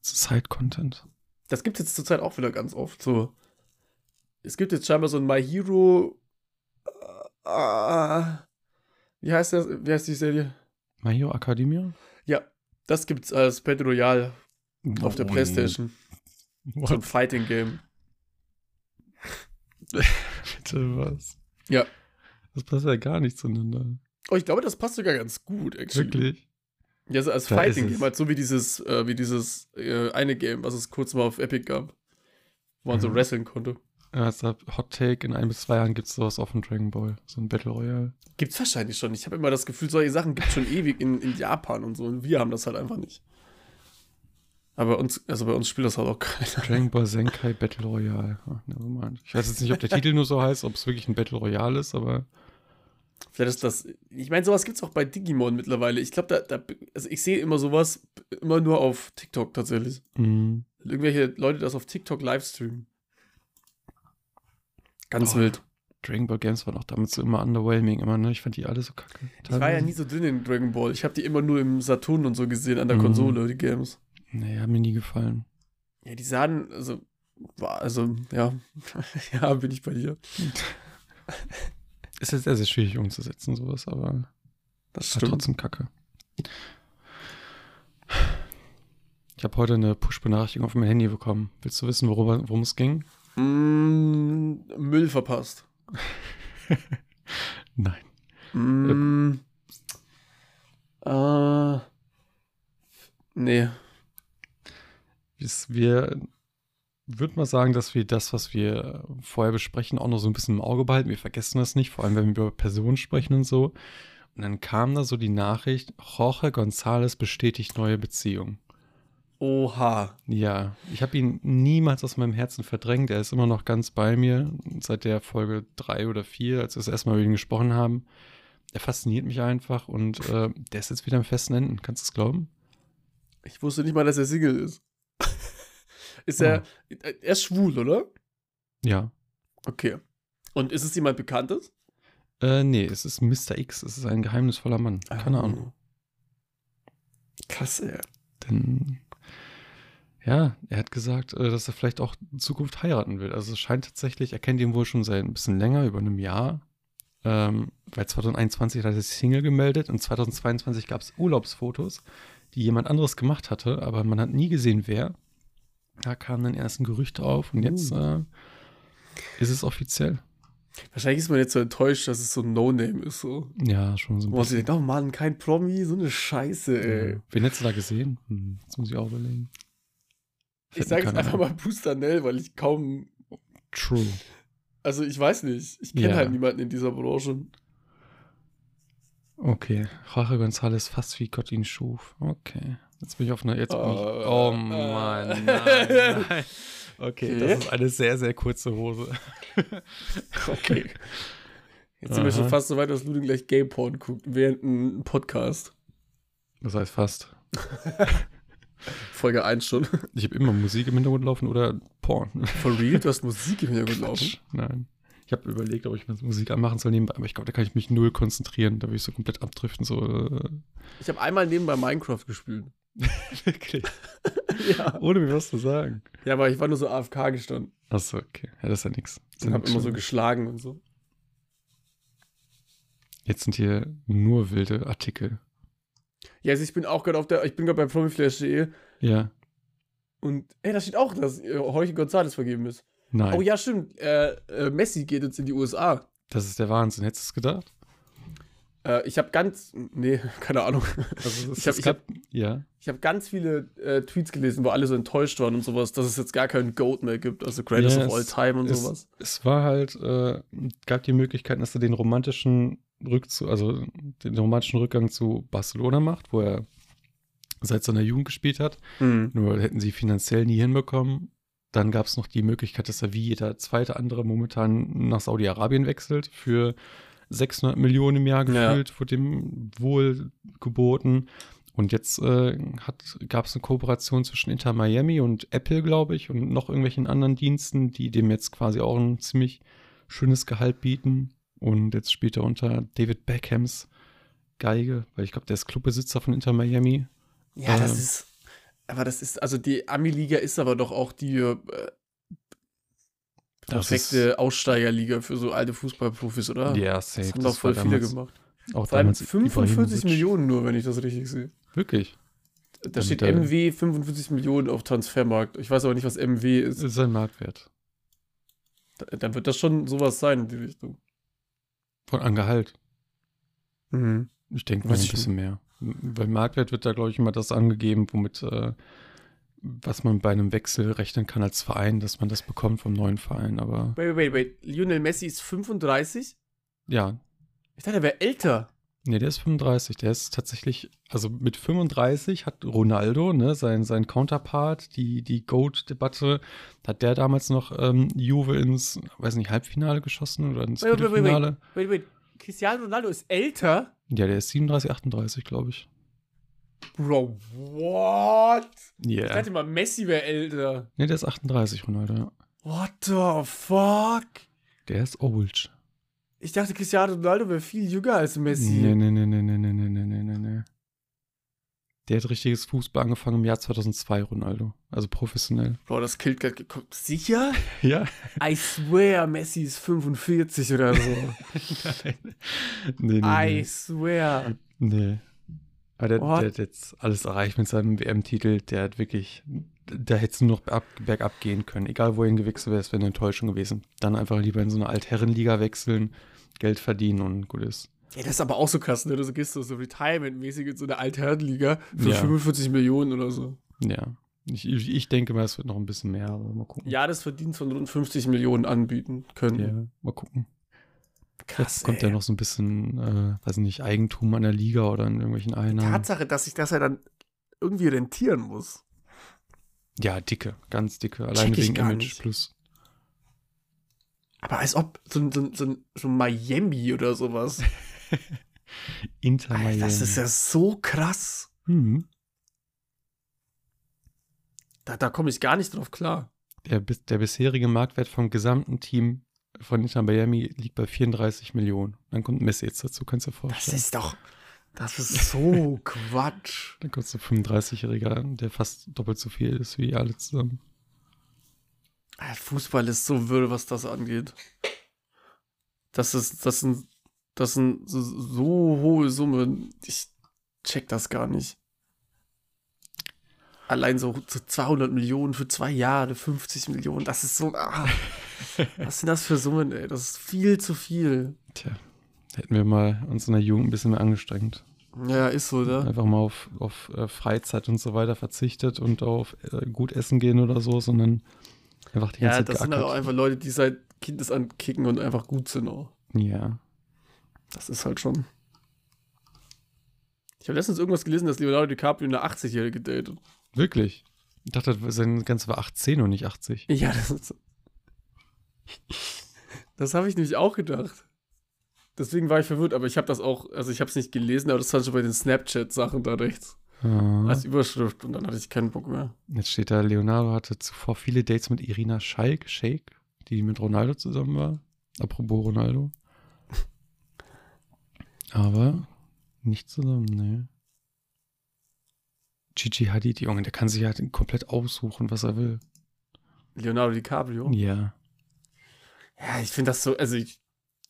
S1: Side-Content.
S4: Das gibt es jetzt zurzeit auch wieder ganz oft. So. Es gibt jetzt scheinbar so ein My Hero. äh, äh, Wie heißt das? Wie heißt die Serie?
S1: Mario Academia?
S4: Ja, das gibt's als Battle Royale auf der
S1: Oh,
S4: Playstation. So ein
S1: What?
S4: Fighting Game.
S1: Bitte was?
S4: Ja.
S1: Das passt ja gar nicht zueinander.
S4: Oh, ich glaube, das passt sogar ganz gut, actually.
S1: Wirklich.
S4: Ja, so als
S1: Da ist
S4: Fighting
S1: es.
S4: Game, halt so wie dieses, äh, wie dieses äh, eine Game, was es kurz mal auf Epic gab. Wo man so
S1: Mhm.
S4: wresteln konnte.
S1: Also Hot Take, in ein bis zwei Jahren gibt es sowas auf dem Dragon Ball. So ein Battle Royale.
S4: Gibt's wahrscheinlich schon. Ich habe immer das Gefühl, solche Sachen gibt's schon ewig in, in Japan und so. Und wir haben das halt einfach nicht. Aber uns, also bei uns spielt das halt auch keiner.
S1: Dragon Ball Senkai Battle Royale. Oh, nevermind. Ich weiß jetzt nicht, ob der Titel nur so heißt, ob es wirklich ein Battle Royale ist, aber
S4: Vielleicht ist das. Ich meine, sowas gibt's auch bei Digimon mittlerweile. Ich glaube, da, da. Also ich sehe immer sowas immer nur auf TikTok tatsächlich.
S1: mm,
S4: Irgendwelche Leute das auf TikTok livestreamen. Ganz
S1: Oh,
S4: wild.
S1: Dragon Ball Games waren auch damals so immer underwhelming. Immer, ne? Ich fand die alle so kacke.
S4: Ich war ja nie so drin in Dragon Ball. Ich habe die immer nur im Saturn und so gesehen, an der
S1: Mhm.
S4: Konsole, die Games.
S1: Nee, haben mir nie gefallen.
S4: Ja, die sahen, also, war, also, ja. ja, bin ich bei dir.
S1: Ist jetzt sehr, sehr schwierig umzusetzen, sowas, aber
S4: Das
S1: War
S4: stimmt.
S1: trotzdem kacke. Ich habe heute eine Push-Benachrichtigung auf mein Handy bekommen. Willst du wissen, worüber- worum es ging?
S4: Mm, Müll verpasst.
S1: Nein.
S4: Mm, äh, nee.
S1: Bis wir würde mal sagen, dass wir das, was wir vorher besprechen, auch noch so ein bisschen im Auge behalten. Wir vergessen das nicht, vor allem wenn wir über Personen sprechen und so. Und dann kam da so die Nachricht, Jorge González bestätigt neue Beziehung.
S4: Oha.
S1: Ja, ich habe ihn niemals aus meinem Herzen verdrängt. Er ist immer noch ganz bei mir seit der Folge 3 oder 4, als wir das erste Mal über ihn gesprochen haben. Er fasziniert mich einfach und äh, der ist jetzt wieder am festen Enden. Kannst du es glauben?
S4: Ich wusste nicht mal, dass er Single ist. ist er, er ist schwul, oder?
S1: Ja.
S4: Okay. Und ist es jemand Bekanntes?
S1: Äh, nee, es ist Mr. X. Es ist ein geheimnisvoller Mann.
S4: Ah.
S1: Keine Ahnung.
S4: Krass, ey.
S1: Denn, ja, er hat gesagt, äh, dass er vielleicht auch in Zukunft heiraten will. Also es scheint tatsächlich, er kennt ihn wohl schon seit ein bisschen länger, über einem Jahr. Ähm, weil 2021 hat er sich Single gemeldet und 2022 gab es Urlaubsfotos, die jemand anderes gemacht hatte, aber man hat nie gesehen, wer. Da kamen dann erst ein Gerücht auf und
S4: Uh.
S1: jetzt äh, ist es offiziell.
S4: Wahrscheinlich ist man jetzt so enttäuscht, dass es so ein No-Name ist. So.
S1: Ja, schon so ein
S4: Wo äh, man sich
S1: bisschen.
S4: denkt, oh Mann, kein Promi, so eine Scheiße, ey.
S1: Ja. Wen hättest du da gesehen? Hm, jetzt muss ich auch überlegen.
S4: Ich
S1: Fällt
S4: sage
S1: mir
S4: jetzt
S1: keiner
S4: einfach
S1: ein.
S4: mal Booster Nell, weil ich kaum.
S1: True.
S4: Also ich weiß nicht. Ich kenne
S1: Ja.
S4: halt niemanden in dieser Branche.
S1: Okay. Jorge González fast wie Gott ihn schuf. Okay. Jetzt bin ich auf einer. Jetzt bin ich,
S4: Äh,
S1: oh
S4: äh.
S1: Mann, nein, nein. Okay,
S4: Okay.
S1: das ist eine sehr, sehr kurze Hose.
S4: Okay. Jetzt sind wir
S1: Aha.
S4: schon fast so weit, dass Ludin gleich Gay Porn guckt, während ein Podcast.
S1: Das heißt fast.
S4: Folge 1 schon.
S1: Ich habe immer Musik im Hintergrund laufen oder Porn.
S4: For real? Du hast Musik im Hintergrund laufen.
S1: Nein. Ich habe überlegt, ob ich mir Musik anmachen soll nebenbei, aber ich glaube, da kann ich mich null konzentrieren. Da will ich so komplett abdriften, so. äh,
S4: Ich habe einmal nebenbei Minecraft gespielt.
S1: Wirklich.
S4: Ja.
S1: Ohne mir was zu sagen.
S4: Ja, aber ich war nur so AFK gestanden
S1: Achso, okay. Ja, das ist ja nix. Das ist ja
S4: und habe
S1: nix
S4: immer so
S1: Schlimmes.
S4: geschlagen und so.
S1: Jetzt sind hier nur wilde Artikel.
S4: Ja, also ich bin auch gerade auf der, ich bin gerade bei promiflash.de
S1: Ja.
S4: und ey, da steht auch, dass äh, Jorge González vergeben ist.
S1: Nein.
S4: Oh ja, stimmt. Äh, äh, Messi geht jetzt in die USA.
S1: Das ist der Wahnsinn. Hättest du es gedacht?
S4: Äh, ich habe ganz, nee, keine Ahnung.
S1: Also,
S4: Ich hab- ich
S1: gab- ja.
S4: Ich habe ganz viele äh, Tweets gelesen, wo alle so enttäuscht waren und sowas, dass es jetzt gar keinen Goat mehr gibt, also Greatest
S1: Ja,
S4: of All
S1: es
S4: Time und
S1: ist-
S4: sowas.
S1: Es war halt, äh, gab die Möglichkeit, dass er den romantischen Rückzug, also den romantischen Rückgang zu Barcelona macht, wo er seit seiner Jugend gespielt hat. Nur hätten sie finanziell nie hinbekommen. Dann gab es noch die Möglichkeit, dass er wie jeder zweite andere momentan nach Saudi-Arabien wechselt. Für 600 Millionen im Jahr
S4: Ja.
S1: gefühlt, wurde dem wohl geboten. Und jetzt äh, gab es eine Kooperation zwischen Inter Miami und Apple, glaube ich, und noch irgendwelchen anderen Diensten, die dem jetzt quasi auch ein ziemlich schönes Gehalt bieten. Und jetzt spielt er unter David Beckhams Geige, weil ich glaube, der ist Clubbesitzer von Inter Miami.
S4: Ja, das
S1: Ähm.
S4: ist, aber das ist, also die Ami-Liga ist aber doch auch die äh,
S1: Das
S4: perfekte Aussteigerliga für so alte Fußballprofis, oder?
S1: Ja, safe.
S4: Ah, Das haben doch voll
S1: war
S4: viele
S1: damals-
S4: gemacht.
S1: Auch
S4: Vor allem
S1: damals
S4: 45
S1: Ibrahimovic.
S4: Millionen nur, wenn ich das richtig sehe.
S1: Wirklich.
S4: Da
S1: Und,
S4: steht
S1: äh,
S4: MW 45 Millionen auf Transfermarkt. Ich weiß aber nicht, was MW
S1: Das
S4: ist.
S1: ist sein Marktwert.
S4: Da- Dann wird das schon sowas sein in die Richtung.
S1: Von Angehalt.
S4: Mhm.
S1: Ich denke mal
S4: Weiß
S1: ein
S4: ich
S1: bisschen mehr. Weil Marktwert wird da, glaube ich, immer das angegeben, womit, äh, was man bei einem Wechsel rechnen kann als Verein, dass man das bekommt vom neuen Verein. Aber
S4: Wait, wait, wait. Lionel Messi ist 35?
S1: ja,
S4: Ich dachte, er wäre älter.
S1: nee, der ist 35. Der ist tatsächlich, also mit 35 hat Ronaldo, ne, sein, sein Counterpart, die, die Goat-Debatte, hat der damals noch ähm, Juve ins, weiß nicht, Halbfinale geschossen oder ins
S4: Wait, wait, wait, wait.
S1: Viertelfinale.
S4: Wait, wait. Cristiano Ronaldo ist älter?
S1: Ja, der ist 37, 38, glaube ich.
S4: Bro, what? Ich
S1: Ja.
S4: dachte mal, Messi wäre älter.
S1: Nee, der ist 38, Ronaldo. ja.
S4: What the fuck?
S1: Der ist old.
S4: Ich dachte, Cristiano Ronaldo wäre viel jünger als Messi.
S1: Nee, nee, nee, nee, nee, nee, nee, nee, nee, nee, nee. Der hat richtiges Fußball angefangen im Jahr 2002, Ronaldo. Also professionell.
S4: Bro, das killt gerade. geguckt. Sicher?
S1: Ja.
S4: I swear, Messi ist 45 oder so.
S1: Nein. Nee, nee,
S4: I
S1: nee.
S4: swear.
S1: nee. Aber der,
S4: What?
S1: der hat jetzt alles erreicht mit seinem WM-Titel. Der hat wirklich, da hätte es nur noch ab, bergab gehen können. Egal, wohin gewechselt wäre, es wäre eine Enttäuschung gewesen. Dann einfach lieber in so eine Altherrenliga wechseln, Geld verdienen und gut ist.
S4: Ja, das ist aber auch so krass, ne? Du gehst so, so Retirement-mäßig in so eine Altherrenliga für
S1: Ja.
S4: 45 Millionen oder so.
S1: Ja. Ich, ich ich denke mal, es wird noch ein bisschen mehr, aber mal gucken.
S4: Jahresverdienst von rund 50 Millionen anbieten können.
S1: Ja, mal gucken.
S4: Krass.
S1: Kommt ja noch so ein bisschen, äh, weiß nicht, Eigentum an der Liga oder an irgendwelchen Einnahmen.
S4: Tatsache, dass sich das ja dann irgendwie rentieren muss.
S1: Ja, dicke, ganz dicke. Alleine
S4: ich
S1: wegen
S4: gar
S1: Image
S4: nicht.
S1: Plus.
S4: Aber als ob so ein, so ein, so ein, so ein Miami oder sowas.
S1: Inter
S4: Alter,
S1: Miami.
S4: das ist ja so krass.
S1: Mhm.
S4: Da, da komme ich gar nicht drauf klar.
S1: Der, bis- der bisherige Marktwert vom gesamten Team von Inter Miami liegt bei 34 Millionen. Dann kommt Messi jetzt dazu, kannst du dir
S4: Das
S1: vorstellen.
S4: ist doch. Das ist so Quatsch.
S1: Dann kommt so ein 35-Jähriger, der fast doppelt so viel ist wie alle zusammen.
S4: Ah, Fußball ist so wirr, was das angeht. Das ist, das sind, das sind so- so hohe Summen. Ich check das gar nicht. Allein so, so 200 Millionen für zwei Jahre, 50 Millionen, das ist so. Ah, was sind das für Summen, ey? Das ist viel zu viel.
S1: Tja, hätten wir mal uns in der Jugend ein bisschen mehr angestrengt.
S4: Ja, ist so, ne?
S1: Einfach mal auf, auf äh, Freizeit und so weiter verzichtet und auf äh, gut essen gehen oder so, sondern einfach die ganze
S4: Ja,
S1: Zeit
S4: das sind halt
S1: geackert.
S4: auch einfach Leute, die seit Kindes an kicken und einfach gut sind auch.
S1: Ja.
S4: Das ist halt schon. Ich habe letztens irgendwas gelesen, dass Leonardo DiCaprio eine 80-Jährige datet.
S1: Wirklich. Ich dachte, sein Ganze war 18 und nicht 80.
S4: Ja, das ist. Das habe ich nämlich auch gedacht. Deswegen war ich verwirrt, aber ich habe das auch, also ich habe es nicht gelesen, aber das stand schon bei den Snapchat-Sachen da rechts
S1: Ah.
S4: als Überschrift und dann hatte ich keinen Bock mehr.
S1: Jetzt steht da, Leonardo hatte zuvor viele Dates mit Irina Scheik, Shake, die mit Ronaldo zusammen war. Apropos Ronaldo. Aber nicht zusammen, ne. Gigi Hadid, Junge, der kann sich halt komplett aussuchen, was er will.
S4: Leonardo DiCaprio.
S1: Ja.
S4: Ja, ich finde das so, also ich,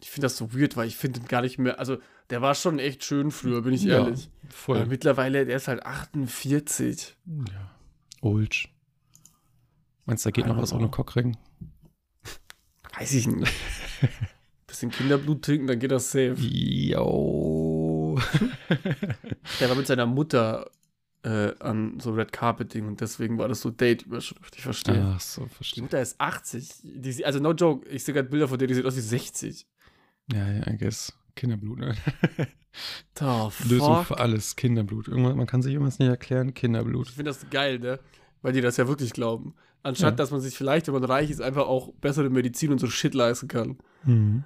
S4: ich finde das so weird, weil ich finde ihn gar nicht mehr, also der war schon echt schön früher, bin ich
S1: Ja,
S4: ehrlich. Aber
S1: Voll.
S4: mittlerweile, der ist halt 48.
S1: Ja. Ulch. Meinst du, da geht
S4: I
S1: noch
S4: don't
S1: was
S4: know.
S1: ohne Cockring?
S4: Weiß ich nicht. Bisschen Kinderblut trinken, dann geht das safe.
S1: Yo.
S4: Der war mit seiner Mutter äh, an so Red Carpeting und deswegen war das so Date-Überschrift. Ich verstehe.
S1: Ach so,
S4: Die
S1: verstehe.
S4: Mutter ist 80. Die, sie- also no joke, ich sehe gerade Bilder von der, die sieht aus wie 60.
S1: Ja, ja, I guess. Kinderblut, ne?
S4: The
S1: Lösung
S4: fuck.
S1: für alles, Kinderblut. Irgendwann, man kann sich irgendwas nicht erklären,
S4: Ich
S1: Kinderblut.
S4: finde das geil, ne? Weil die das ja wirklich glauben. Anstatt,
S1: Ja.
S4: dass man sich vielleicht, wenn man reich ist, einfach auch bessere Medizin und so Shit leisten kann.
S1: Mhm.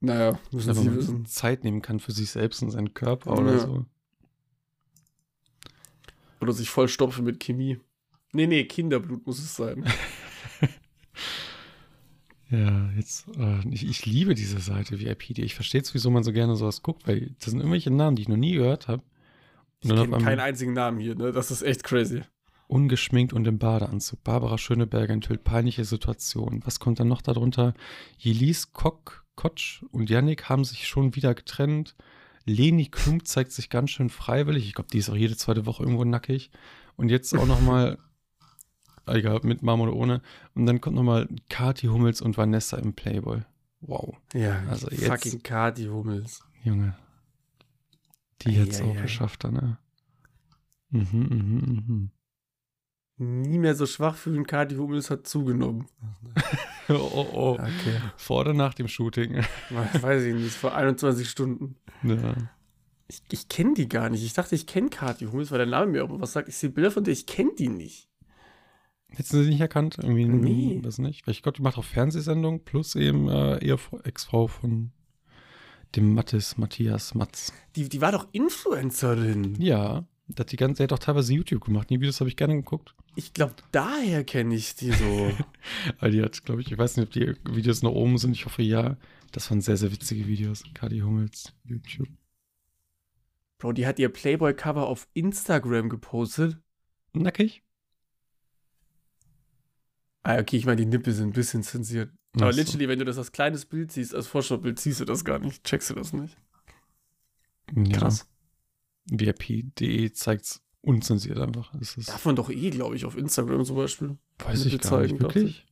S4: Naja, müssen
S1: Dass
S4: sie
S1: man
S4: wissen.
S1: Zeit nehmen kann für sich selbst und seinen Körper
S4: Ja.
S1: oder so.
S4: Oder sich voll stopfen mit Chemie. Nee, nee, Kinderblut muss es sein.
S1: Ja, jetzt, äh, ich, ich liebe diese Seite VIP.de. Ich verstehe jetzt, wieso man so gerne sowas guckt, weil das sind irgendwelche Namen, die ich noch nie gehört habe.
S4: Ich kenne keinen einzigen Namen hier, ne? Das ist echt crazy.
S1: Ungeschminkt und im Badeanzug. Barbara Schöneberger enthüllt peinliche Situationen. Was kommt dann noch darunter? Jelis Kock, Kotsch und Yannick haben sich schon wieder getrennt. Leni Klum zeigt sich ganz schön freiwillig. Ich glaube, die ist auch jede zweite Woche irgendwo nackig. Und jetzt auch nochmal, egal, mit Mom oder ohne. Und dann kommt nochmal Kathi Hummels und Vanessa im Playboy. Wow,
S4: Ja,
S1: Also jetzt-
S4: fucking Kati Hummels.
S1: Junge. Die hat's auch
S4: Eieiei.
S1: geschafft, dann, ne? Mhm, mhm, mhm.
S4: Nie mehr so schwach fühlen, Kati Hummels hat zugenommen.
S1: Oh, oh, oh.
S4: Okay.
S1: Vor oder nach dem Shooting?
S4: Weiß ich nicht, vor 21 Stunden.
S1: ja.
S4: Ich, ich kenne die gar nicht. Ich dachte, ich kenne Kati Hummels, weil der Name mir aber was sagt. Ich sehe Bilder von der, ich kenne die nicht.
S1: Hättest du sie nicht erkannt? Irgendwie,
S4: Nee.
S1: weiß nicht. Weil ich glaube, die macht auch Fernsehsendung plus eben äh, Ehefrau- Ex-Frau von dem Mattes, Matthias Matz.
S4: Die, die war doch Influencerin.
S1: Ja, der hat, die ganze, der hat auch teilweise YouTube gemacht. Die Videos habe ich gerne geguckt.
S4: Ich glaube, daher kenne ich die so.
S1: Aber die hat, glaube ich, ich weiß nicht, ob die Videos noch oben sind. Ich hoffe, ja. Das waren sehr, sehr witzige Videos. Kadi Hummels, YouTube.
S4: Bro, die hat ihr Playboy-Cover auf Instagram gepostet.
S1: Nackig?
S4: Ah, okay, ich meine, die Nippel sind ein bisschen zensiert. Aber
S1: Ach so.
S4: literally, wenn du das als kleines Bild siehst, als Vorschaubild, siehst du das gar nicht. Checkst du das nicht?
S1: Ja. VIP.de zeigt es E unzensiert einfach. Das ist,
S4: Darf man doch eh, glaube ich, auf Instagram zum Beispiel.
S1: weiß
S4: Nippel
S1: ich gar
S4: zeigen,
S1: nicht.
S4: glaubst
S1: Wirklich?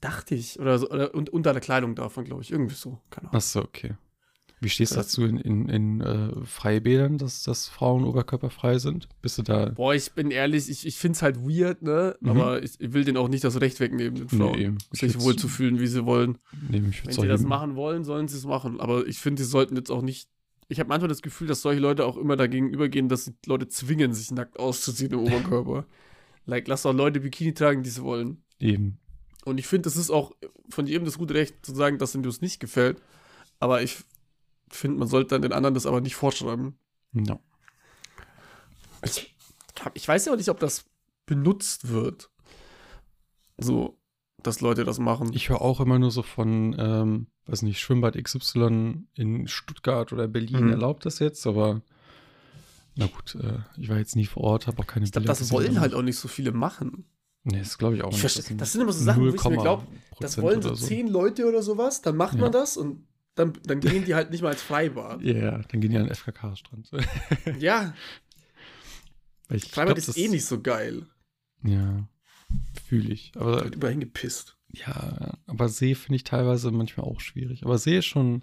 S4: Dachte ich. Oder, so, oder und unter der Kleidung darf man, glaube ich, irgendwie so. Keine Ahnung.
S1: Achso, okay. Wie stehst
S4: Äh.
S1: du dazu in, in, in äh, Freibädern, dass, dass Frauen oberkörperfrei sind? Bist du da?
S4: Boah, ich bin ehrlich, ich, ich finde es halt weird, ne?
S1: Mhm.
S4: Aber ich, ich will denen auch nicht das Recht wegnehmen, den Frauen.
S1: eben. Ich
S4: Sich
S1: würd's-
S4: wohl zu fühlen, wie sie wollen.
S1: Nee, mich
S4: Wenn
S1: würd's
S4: sie
S1: auch
S4: das
S1: lieben.
S4: machen wollen, sollen sie es machen. Aber ich finde, sie sollten jetzt auch nicht. Ich habe manchmal das Gefühl, dass solche Leute auch immer dagegen übergehen, dass sie Leute zwingen, sich nackt auszuziehen im Oberkörper. like, lass doch Leute Bikini tragen, die sie wollen.
S1: Eben.
S4: Und ich finde, das ist auch von jedem das gute Recht zu sagen, dass ihm das nicht gefällt. Aber ich finde, man sollte dann den anderen das aber nicht vorschreiben.
S1: No.
S4: Ich, hab- ich weiß ja auch nicht, ob das benutzt wird. So, dass Leute das machen.
S1: Ich höre auch immer nur so von, ähm, weiß nicht, Schwimmbad XY in Stuttgart oder Berlin
S4: Mhm.
S1: erlaubt das jetzt, aber na gut, äh, ich war jetzt nie vor Ort, habe auch keine
S4: Ich glaube,
S1: Bilder
S4: das
S1: gesehen,
S4: wollen
S1: aber-
S4: halt auch nicht so viele machen.
S1: Nee, das glaube ich auch
S4: Ich
S1: nicht.
S4: verstehe. Das sind immer so Sachen, wo ich mir glaube, das wollen so zehn Leute oder sowas, dann macht
S1: Ja.
S4: man das und dann, dann gehen die halt nicht mal ins Freibad.
S1: Ja, ja, dann gehen die an den FKK-Strand.
S4: ja,
S1: Weil ich
S4: Freibad
S1: glaub,
S4: ist
S1: das-
S4: eh nicht so geil.
S1: Ja, fühle ich.
S4: Da
S1: Aber
S4: wird überall hingepisst.
S1: ja, aber See finde ich teilweise manchmal auch schwierig. Aber See ist schon,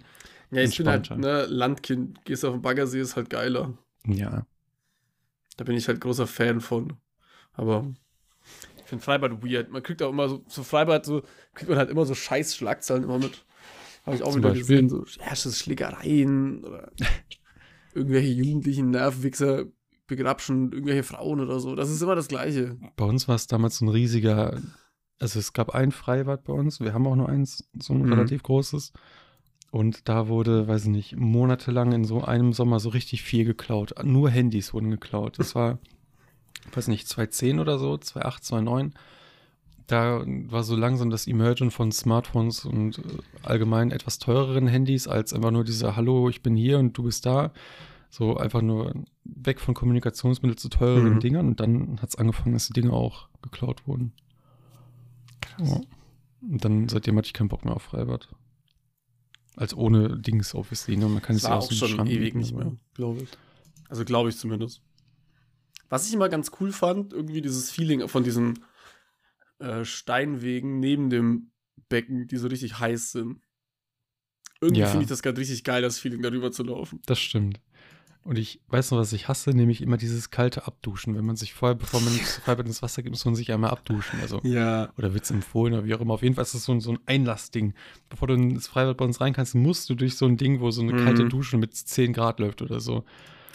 S4: Ja, ich bin halt
S1: Entspannter.
S4: ne, Landkind. Gehst auf den Baggersee, ist halt geiler.
S1: ja,
S4: Da bin ich halt großer Fan von. Aber ich finde Freibad weird. Man kriegt auch immer so, so Freibad, so kriegt man halt immer so scheiß Schlagzeilen immer mit. Habe ich auch
S1: Zum
S4: wieder
S1: Beispiel?
S4: gesehen. So, ja, es ist Schlägereien oder irgendwelche jugendlichen Nervwichser begrapschen irgendwelche Frauen oder so. Das ist immer das Gleiche.
S1: bei uns war es damals so ein riesiger, also es gab ein Freibad bei uns, wir haben auch nur eins, so ein
S4: Mhm.
S1: relativ großes. Und da wurde, weiß ich nicht, monatelang in so einem Sommer so richtig viel geklaut. Nur Handys wurden geklaut. Das war, weiß nicht, 2010 oder so, 2008, 2009. Da war so langsam das Emergen von Smartphones und äh, allgemein etwas teureren Handys als einfach nur dieser Hallo, ich bin hier und du bist da. So einfach nur weg von Kommunikationsmittel zu teureren
S4: Mhm.
S1: Dingern. Und dann hat es angefangen, dass die Dinge auch geklaut wurden. Krass. Ja. Und dann seitdem hatte ich keinen Bock mehr auf Freibad. Als ohne Dings, obviously. Ne? Man kann es
S4: Das
S1: ja
S4: war
S1: aus
S4: auch
S1: dem
S4: schon
S1: Schrank
S4: ewig
S1: nehmen,
S4: nicht
S1: aber-
S4: mehr, glaube ich. Also glaube ich zumindest. Was ich immer ganz cool fand, irgendwie dieses Feeling von diesen äh, Steinwegen neben dem Becken, die so richtig heiß sind. Irgendwie
S1: Ja.
S4: finde ich das gerade richtig geil, das Feeling, darüber zu laufen.
S1: Das stimmt. Und ich weiß noch, was ich hasse, nämlich immer dieses kalte Abduschen. Wenn man sich vorher, bevor man ins Freibad ins Wasser geht, muss man sich einmal abduschen. Also,
S4: Ja.
S1: oder wird's empfohlen oder wie auch immer. Auf jeden Fall ist das so, ein- so ein Einlassding. Bevor du ins Freibad bei uns rein kannst, musst du durch so ein Ding, wo so eine
S4: Mhm.
S1: kalte Dusche mit 10 Grad läuft oder so.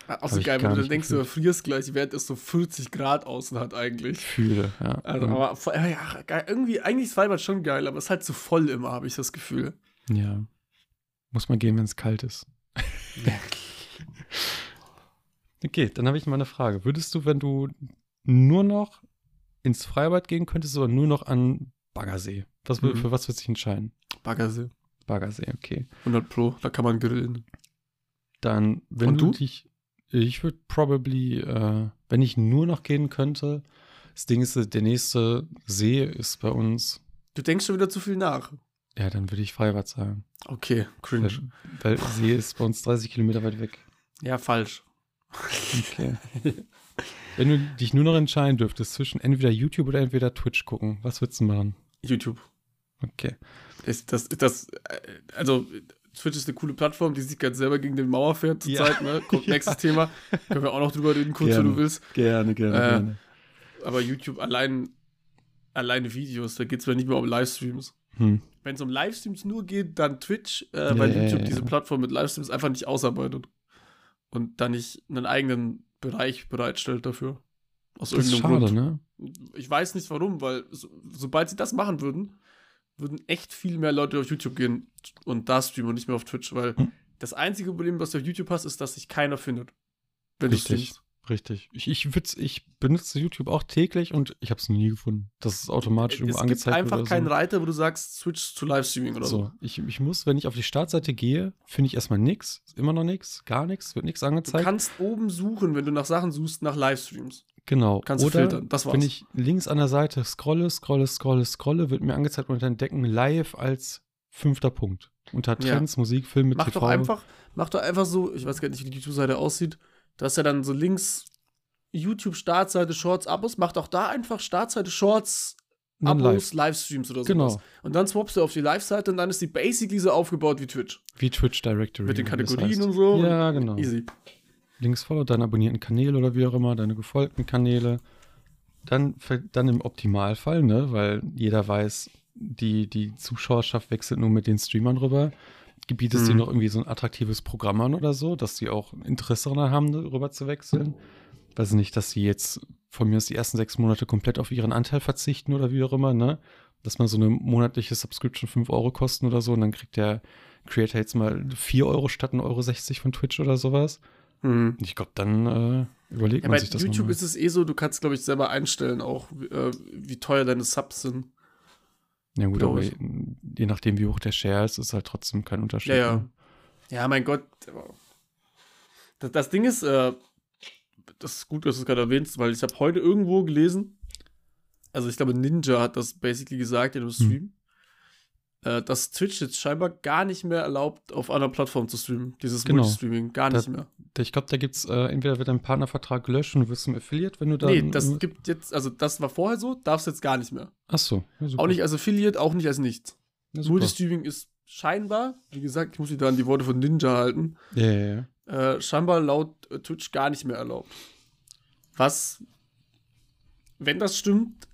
S4: Auch
S1: Hab
S4: so
S1: ich
S4: geil,
S1: gar
S4: wenn du dann
S1: nicht
S4: denkst, du erfrierst gleich, während es so 40 Grad außen hat eigentlich.
S1: Fühle, ja.
S4: Also,
S1: ja.
S4: aber vor- ja, ja, geil. irgendwie, eigentlich ist Freibad schon geil, aber es ist halt zu voll immer, habe ich das Gefühl.
S1: ja. Muss man gehen, wenn es kalt ist. Okay, dann habe ich mal eine Frage. Würdest du, wenn du nur noch ins Freibad gehen könntest oder nur noch an Baggersee? Was, wür-
S4: Mhm.
S1: Für was würdest du dich entscheiden?
S4: Baggersee.
S1: Baggersee, okay.
S4: 100 Pro, da kann man grillen.
S1: Dann, wenn
S4: Und
S1: du?
S4: du?
S1: dich. Ich würde probably, äh, wenn ich nur noch gehen könnte, das Ding ist, der nächste See ist bei uns.
S4: Du denkst schon wieder zu viel nach.
S1: Ja, dann würde ich Freibad sagen.
S4: Okay,
S1: Weil,
S4: cringe.
S1: weil See ist bei uns 30 Kilometer weit weg.
S4: Ja, falsch.
S1: Okay. wenn du dich nur noch entscheiden dürftest zwischen entweder YouTube oder entweder Twitch gucken, was würdest du machen?
S4: YouTube.
S1: Okay.
S4: Das, das, das, äh, also, Twitch ist eine coole Plattform, die sich ganz selber gegen die Mauer fährt
S1: Ja.
S4: zurzeit. Ne? Kommt nächstes Thema. Können wir auch noch drüber reden, kurz,
S1: Gerne.
S4: wenn du willst.
S1: Gerne, gerne,
S4: Äh, gerne. Aber YouTube allein, alleine Videos, da geht es mir nicht mehr um Livestreams.
S1: Hm.
S4: Wenn es um Livestreams nur geht, dann Twitch, äh,
S1: Ja,
S4: weil
S1: ja,
S4: YouTube
S1: ja,
S4: diese
S1: ja.
S4: Plattform mit Livestreams einfach nicht ausarbeitet. Und da nicht einen eigenen Bereich bereitstellt dafür. Aus
S1: Das ist
S4: irgendeinem
S1: schade,
S4: Grund.
S1: ne?
S4: Ich weiß nicht warum, weil so, sobald sie das machen würden, würden echt viel mehr Leute auf YouTube gehen und da streamen und nicht mehr auf Twitch, weil
S1: Hm.
S4: das einzige Problem, was du auf YouTube hast, ist, dass sich keiner findet. Wenn
S1: Richtig. Richtig. Ich, ich, würd's- ich benutze YouTube auch täglich und ich habe es nie gefunden. Das ist
S4: du
S1: automatisch
S4: streamst.
S1: irgendwo
S4: Äh, Es gibt
S1: angezeigt
S4: einfach
S1: oder so.
S4: keinen Reiter, wo du sagst, Switch zu Livestreaming oder so.
S1: so, ich, ich muss, wenn ich auf die Startseite gehe, finde ich erstmal nichts, immer noch nichts, gar nichts, wird nichts
S4: Du
S1: angezeigt.
S4: kannst oben suchen, wenn du nach Sachen suchst, nach Livestreams.
S1: genau.
S4: kannst du
S1: Oder
S4: filtern. Das war's.
S1: Wenn ich links an der Seite scrolle, scrolle, scrolle, scrolle, wird mir angezeigt unter Entdecken live als fünfter Punkt. Unter
S4: Ja.
S1: Trends, Musik, Film mit
S4: Mach
S1: TV.
S4: doch einfach, mach doch einfach so, ich weiß gar nicht, wie die YouTube-Seite aussieht, du hast ja dann so links YouTube-Startseite, Shorts, Abos, mach doch da einfach Startseite, Shorts,
S1: dann
S4: Abos, Livestreams oder
S1: Genau.
S4: sowas. Und dann swappst du auf die Live-Seite und dann ist die basically so aufgebaut wie Twitch.
S1: Wie Twitch Directory.
S4: Mit den
S1: wie Mhm, das
S4: Kategorien
S1: heißt.
S4: und so.
S1: Ja,
S4: Und
S1: genau.
S4: Easy.
S1: Links follow deine abonnierten Kanäle oder wie auch immer, deine gefolgten Kanäle. Dann, ver- dann im Optimalfall, ne, weil jeder weiß, die, die Zuschauerschaft wechselt nur mit den Streamern rüber. Gebietest dir
S4: Mhm.
S1: noch irgendwie so ein attraktives Programm an oder so, dass die auch Interesse daran haben, ne, rüber zu wechseln. Weiß nicht, dass sie jetzt von mir aus die ersten sechs Monate komplett auf ihren Anteil verzichten oder wie auch immer, ne? Dass man so eine monatliche Subscription 5 Euro kosten oder so und dann kriegt der Creator jetzt mal 4 Euro statt 1,60 Euro von Twitch oder sowas.
S4: Mhm.
S1: Ich glaube, dann äh, überlegt
S4: Ja,
S1: man
S4: bei
S1: sich das
S4: YouTube
S1: nochmal.
S4: ist es eh so, du kannst, glaube ich, selber einstellen, auch wie- äh, wie teuer deine Subs sind.
S1: Ja gut,
S4: glaub
S1: aber
S4: ich.
S1: je nachdem, wie hoch der Share ist, ist halt trotzdem kein Unterschied.
S4: Ja, ja.
S1: ne?
S4: Ja, mein Gott. aber Das, das Ding ist, äh, das ist gut, dass du es gerade erwähnst, weil ich habe heute irgendwo gelesen, also ich glaube, Ninja hat das basically gesagt
S1: Hm.
S4: in einem Stream, äh, dass Twitch jetzt scheinbar gar nicht mehr erlaubt, auf einer Plattform zu streamen. Dieses
S1: Genau.
S4: Multistreaming, gar
S1: Das-
S4: nicht mehr.
S1: Ich glaube, da gibt es, äh, entweder wird dein Partnervertrag gelöscht und du wirst ein Affiliate, wenn du dann...
S4: Nee, das
S1: äh,
S4: gibt jetzt, also das war vorher so, darfst jetzt gar nicht mehr.
S1: ach so. Ja, super.
S4: Auch nicht als Affiliate, auch nicht als nichts.
S1: Ja, super.
S4: Multistreaming ist scheinbar, wie gesagt, ich muss wieder an die Worte von Ninja halten,
S1: Ja, ja, ja.
S4: äh, scheinbar laut äh, Twitch gar nicht mehr erlaubt. Was, wenn das stimmt,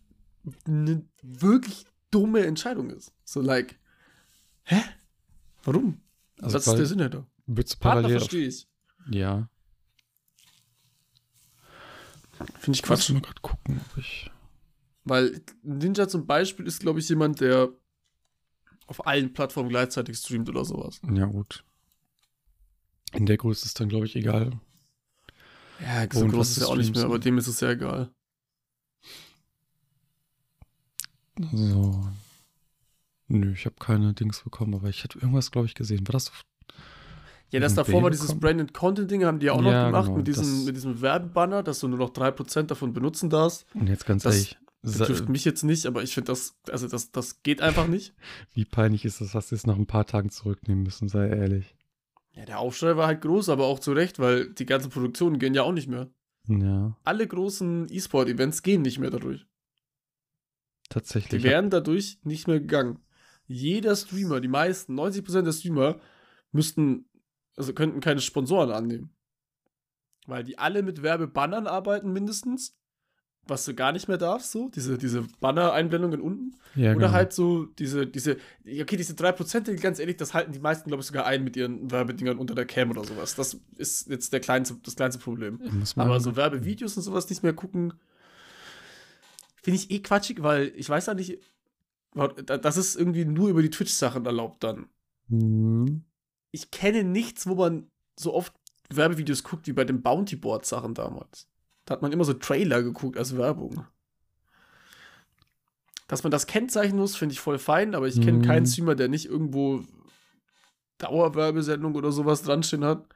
S4: eine wirklich dumme Entscheidung ist. So, like, hä? Warum?
S1: Also
S4: das ist
S1: weil-
S4: der Sinn hinter.
S1: Würdest du
S4: Partner
S1: parallel... auf-
S4: verstehe ich.
S1: Ja.
S4: Finde ich
S1: Lass
S4: Quatsch.
S1: mal gerade gucken, ob ich...
S4: Weil Ninja zum Beispiel ist, glaube ich, jemand, der auf allen Plattformen gleichzeitig streamt oder sowas.
S1: Ja, gut. In der Größe ist dann, glaube ich, egal.
S4: Ja, so
S1: Und
S4: groß
S1: was
S4: ist
S1: du
S4: ja auch nicht
S1: streamst,
S4: mehr, aber
S1: ne?
S4: dem ist es ja egal.
S1: So. Nö, ich habe keine Dings bekommen, aber ich hatte irgendwas, glaube ich, gesehen. War das auf
S4: Ja, das
S1: Diesen
S4: davor war
S1: Bane
S4: dieses
S1: bekommen?
S4: Branded Content Ding, haben die ja
S1: Ja,
S4: auch noch gemacht
S1: genau,
S4: mit, diesem,
S1: das-
S4: mit diesem Werbebanner, dass du nur noch 3% davon benutzen darfst.
S1: Und jetzt ganz
S4: Das
S1: ehrlich, sa-
S4: Betrifft mich jetzt nicht, aber ich finde das, also das, das geht einfach nicht.
S1: wie peinlich ist das, dass wir es nach ein paar Tagen zurücknehmen müssen, sei ehrlich.
S4: Ja, der Aufschrei war halt groß, aber auch zu Recht, weil die ganzen Produktionen gehen ja auch nicht mehr.
S1: Ja,
S4: Alle großen E-Sport-Events gehen nicht mehr dadurch. Die
S1: tatsächlich.
S4: werden dadurch nicht mehr gegangen. Jeder Streamer, die meisten, 90% der Streamer, müssten, also könnten keine Sponsoren annehmen. Weil die alle mit Werbebannern arbeiten, mindestens. Was du gar nicht mehr darfst, so, diese, diese Banner-Einblendungen unten.
S1: ja,
S4: Oder
S1: genau.
S4: halt so diese, diese, okay, diese 3%, ganz ehrlich, das halten die meisten, glaube ich, sogar ein mit ihren Werbedingern unter der Cam oder sowas. Das ist jetzt der kleinste, das kleinste Problem.
S1: Muss man
S4: Aber so Werbevideos und sowas nicht mehr gucken, finde ich eh quatschig, weil ich weiß ja nicht, da- das ist irgendwie nur über die Twitch-Sachen erlaubt dann.
S1: Hm.
S4: Ich kenne nichts, wo man so oft Werbevideos guckt wie bei den Bounty Board-Sachen damals. Da hat man immer so Trailer geguckt als Werbung. Dass man das kennzeichnen muss, finde ich voll fein, aber ich kenne
S1: Mhm.
S4: keinen Streamer, der nicht irgendwo Dauerwerbesendung oder sowas dran stehen hat.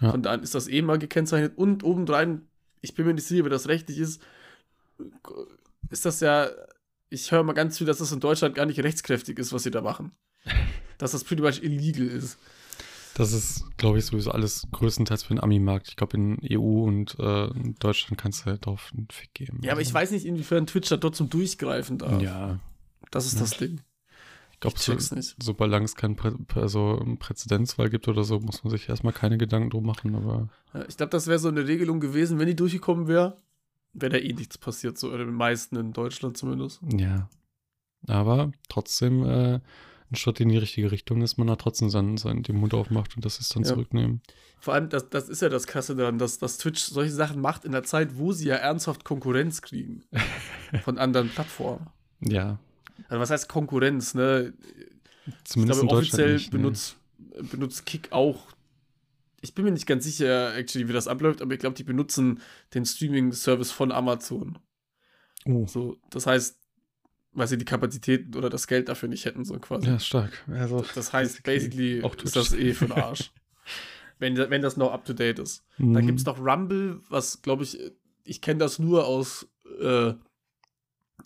S1: Ja.
S4: Von daher ist das eh mal gekennzeichnet. Und obendrein, ich bin mir nicht sicher, wie das rechtlich ist, ist das ja, ich höre mal ganz viel, dass das in Deutschland gar nicht rechtskräftig ist, was sie da machen. Dass das pretty much illegal ist.
S1: Das ist, glaube ich, sowieso alles größtenteils für den Ami-Markt. Ich glaube, in EU und äh, in Deutschland kannst du halt drauf einen Fick geben.
S4: Ja, aber ich weiß nicht, inwiefern Twitch da trotzdem durchgreifen darf.
S1: Mhm. Ja,
S4: Das ist das Ding.
S1: ich glaube,
S4: ich
S1: so,
S4: check's nicht.
S1: solange es keinen Prä also einen Präzedenzfall gibt oder so, muss man sich erstmal keine Gedanken drum machen. Aber
S4: Ja, Ich glaube, das wäre so eine Regelung gewesen, wenn die durchgekommen wäre. Wäre da eh nichts passiert, so oder den meisten in Deutschland zumindest.
S1: ja. Aber trotzdem äh, ein Schritt in die richtige Richtung, dass man da trotzdem seinen, seinen, den Mund aufmacht und das ist dann
S4: Ja.
S1: zurücknehmen.
S4: Vor allem, das, das ist ja das Krasse daran, dass, dass Twitch solche Sachen macht in der Zeit, wo sie ja ernsthaft Konkurrenz kriegen von anderen Plattformen.
S1: Ja,
S4: Also was heißt Konkurrenz, ne? Ich
S1: zumindest
S4: glaube,
S1: in Deutschland
S4: offiziell
S1: nicht, ne? nee.
S4: benutzt, benutzt Kick auch. Ich bin mir nicht ganz sicher, actually, wie das abläuft, aber ich glaube, die benutzen den Streaming-Service von Amazon.
S1: Oh.
S4: So, das heißt, weil sie die Kapazitäten oder das Geld dafür nicht hätten, so quasi.
S1: Ja, stark. Also,
S4: Das heißt,
S1: basically
S4: basically
S1: auch Twitch.
S4: ist das eh für den Arsch. wenn, wenn das noch up to date ist.
S1: Mhm.
S4: Dann gibt es noch Rumble, was glaube ich, ich kenne das nur aus äh,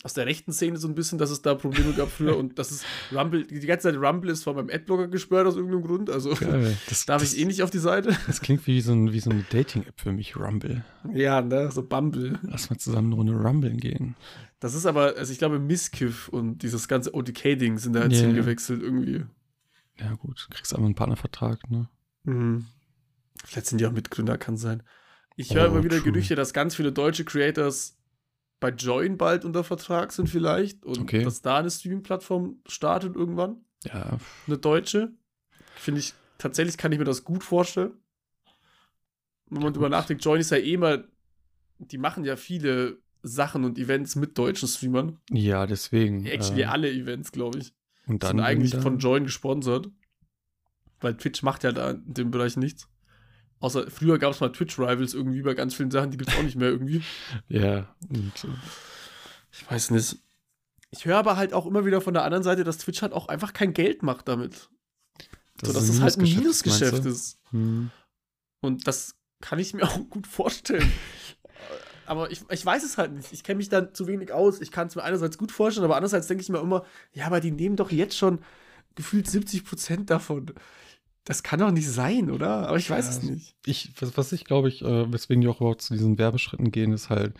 S4: aus der rechten Szene so ein bisschen, dass es da Probleme gab früher und dass es Rumble, die ganze Zeit Rumble ist von meinem Adblocker gesperrt aus irgendeinem Grund. Also
S1: Geil, das-
S4: darf
S1: das-
S4: ich eh nicht auf die Seite.
S1: Das klingt wie so, ein, wie so eine Dating-App für mich, Rumble.
S4: Ja, ne, so Bumble.
S1: Lass mal zusammen eine Runde rumbeln gehen.
S4: Das ist aber, also ich glaube, Miskiff und dieses ganze ODK-Ding sind da jetzt
S1: Ja.
S4: hingewechselt irgendwie.
S1: Ja, gut, kriegst aber einen Partnervertrag, ne?
S4: Mhm. Vielleicht sind die auch Mitgründer, kann sein. Ich höre
S1: Oh,
S4: immer wieder
S1: true.
S4: Gerüchte, dass ganz viele deutsche Creators bei Join bald unter Vertrag sind vielleicht und
S1: Okay.
S4: dass da eine Streaming-Plattform startet irgendwann,
S1: Ja,
S4: eine deutsche. Finde ich, tatsächlich kann ich mir das gut vorstellen. Wenn man drüber nachdenkt, Join ist ja eh immer, die machen ja viele Sachen und Events mit deutschen Streamern.
S1: ja deswegen.
S4: Actually
S1: ähm,
S4: alle Events, glaube ich.
S1: und dann
S4: sind eigentlich
S1: da-
S4: von Join gesponsert. Weil Twitch macht ja da in dem Bereich nichts. Außer früher gab es mal Twitch-Rivals irgendwie bei ganz vielen Sachen, die gibt es auch nicht mehr irgendwie.
S1: Ja, und äh,
S4: Ich weiß nicht. Ich höre aber halt auch immer wieder von der anderen Seite, dass Twitch halt auch einfach kein Geld macht damit. so, dass
S1: ist
S4: es halt ein
S1: meinst du?
S4: Minusgeschäft ist.
S1: Hm.
S4: Und das kann ich mir auch gut vorstellen. aber ich, ich weiß es halt nicht. Ich kenne mich da zu wenig aus. Ich kann es mir einerseits gut vorstellen, aber andererseits denke ich mir immer, ja, aber die nehmen doch jetzt schon gefühlt 70 Prozent davon. Das kann doch nicht sein, oder? Aber ich weiß
S1: Ja,
S4: es nicht.
S1: Ich, was, was ich glaube ich, äh, weswegen die auch überhaupt zu diesen Werbeschritten gehen, ist halt,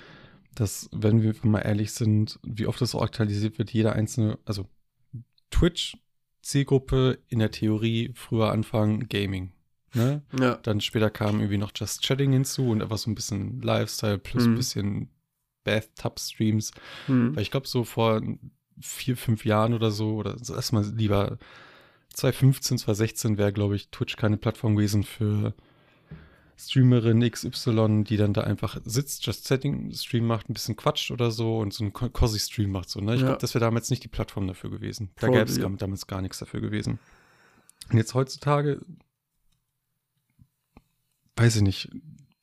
S1: dass, wenn wir mal ehrlich sind, wie oft das so aktualisiert wird, jeder einzelne, also Twitch, Zielgruppe in der Theorie früher anfangen, Gaming. Ne?
S4: Ja.
S1: Dann später kam irgendwie noch Just Chatting hinzu und einfach so ein bisschen Lifestyle plus
S4: Mhm.
S1: ein bisschen Bathtub-Streams.
S4: Hm.
S1: Weil ich glaube, so vor vier, fünf Jahren oder so, oder so erstmal lieber 2015, 2016 wäre, glaube ich, Twitch keine Plattform gewesen für Streamerin XY, die dann da einfach sitzt, Just Setting Stream macht, ein bisschen quatscht oder so und so einen Co- Cozy Stream macht. So, ne? Ich
S4: Ja.
S1: glaube, das wäre damals nicht die Plattform dafür gewesen. Da
S4: Probably,
S1: gäbe es
S4: ja.
S1: damals gar nichts dafür gewesen. Und jetzt heutzutage, weiß ich nicht,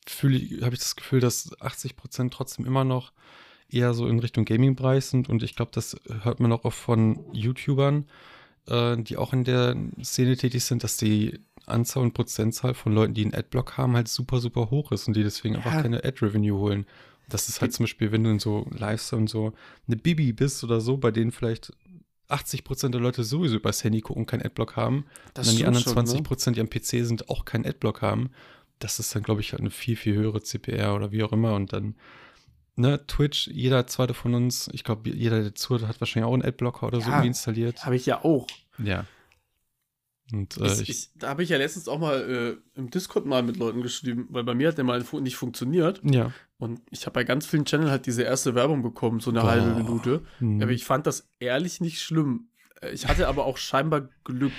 S1: fühle ich- habe ich das Gefühl, dass 80 Prozent trotzdem immer noch eher so in Richtung Gaming-Bereich sind und ich glaube, das hört man auch oft von YouTubern, äh, die auch in der Szene tätig sind, dass die Anzahl und Prozentzahl von Leuten, die einen Adblock haben, halt super, super hoch ist und die deswegen einfach
S4: Ja.
S1: keine Ad-Revenue holen. Das ist halt zum Beispiel, wenn du in so Lifestyle und so eine Bibi bist oder so, bei denen vielleicht 80% der Leute sowieso übers Handy gucken, keinen Adblock haben.
S4: Das
S1: und dann die
S4: stimmt
S1: anderen
S4: schon, ne?
S1: 20%, die am PC sind, auch keinen Adblock haben. Das ist dann, glaube ich, halt eine viel, viel höhere CPR oder wie auch immer. Und dann, ne, Twitch, jeder zweite von uns, ich glaube, jeder, der zuhört, hat wahrscheinlich auch einen Adblocker oder so
S4: Ja.
S1: irgendwie installiert.
S4: Habe ich ja auch.
S1: Ja. Und äh,
S4: Ich,
S1: ich,
S4: ich, da habe ich ja letztens auch mal äh, im Discord mal mit Leuten geschrieben, weil bei mir hat der mal fu- nicht funktioniert.
S1: ja.
S4: Und ich habe bei ganz vielen Channel halt diese erste Werbung bekommen, so eine
S1: Boah.
S4: halbe Minute.
S1: Hm.
S4: Aber ich fand das ehrlich nicht schlimm. Äh, Ich hatte aber auch scheinbar Glück,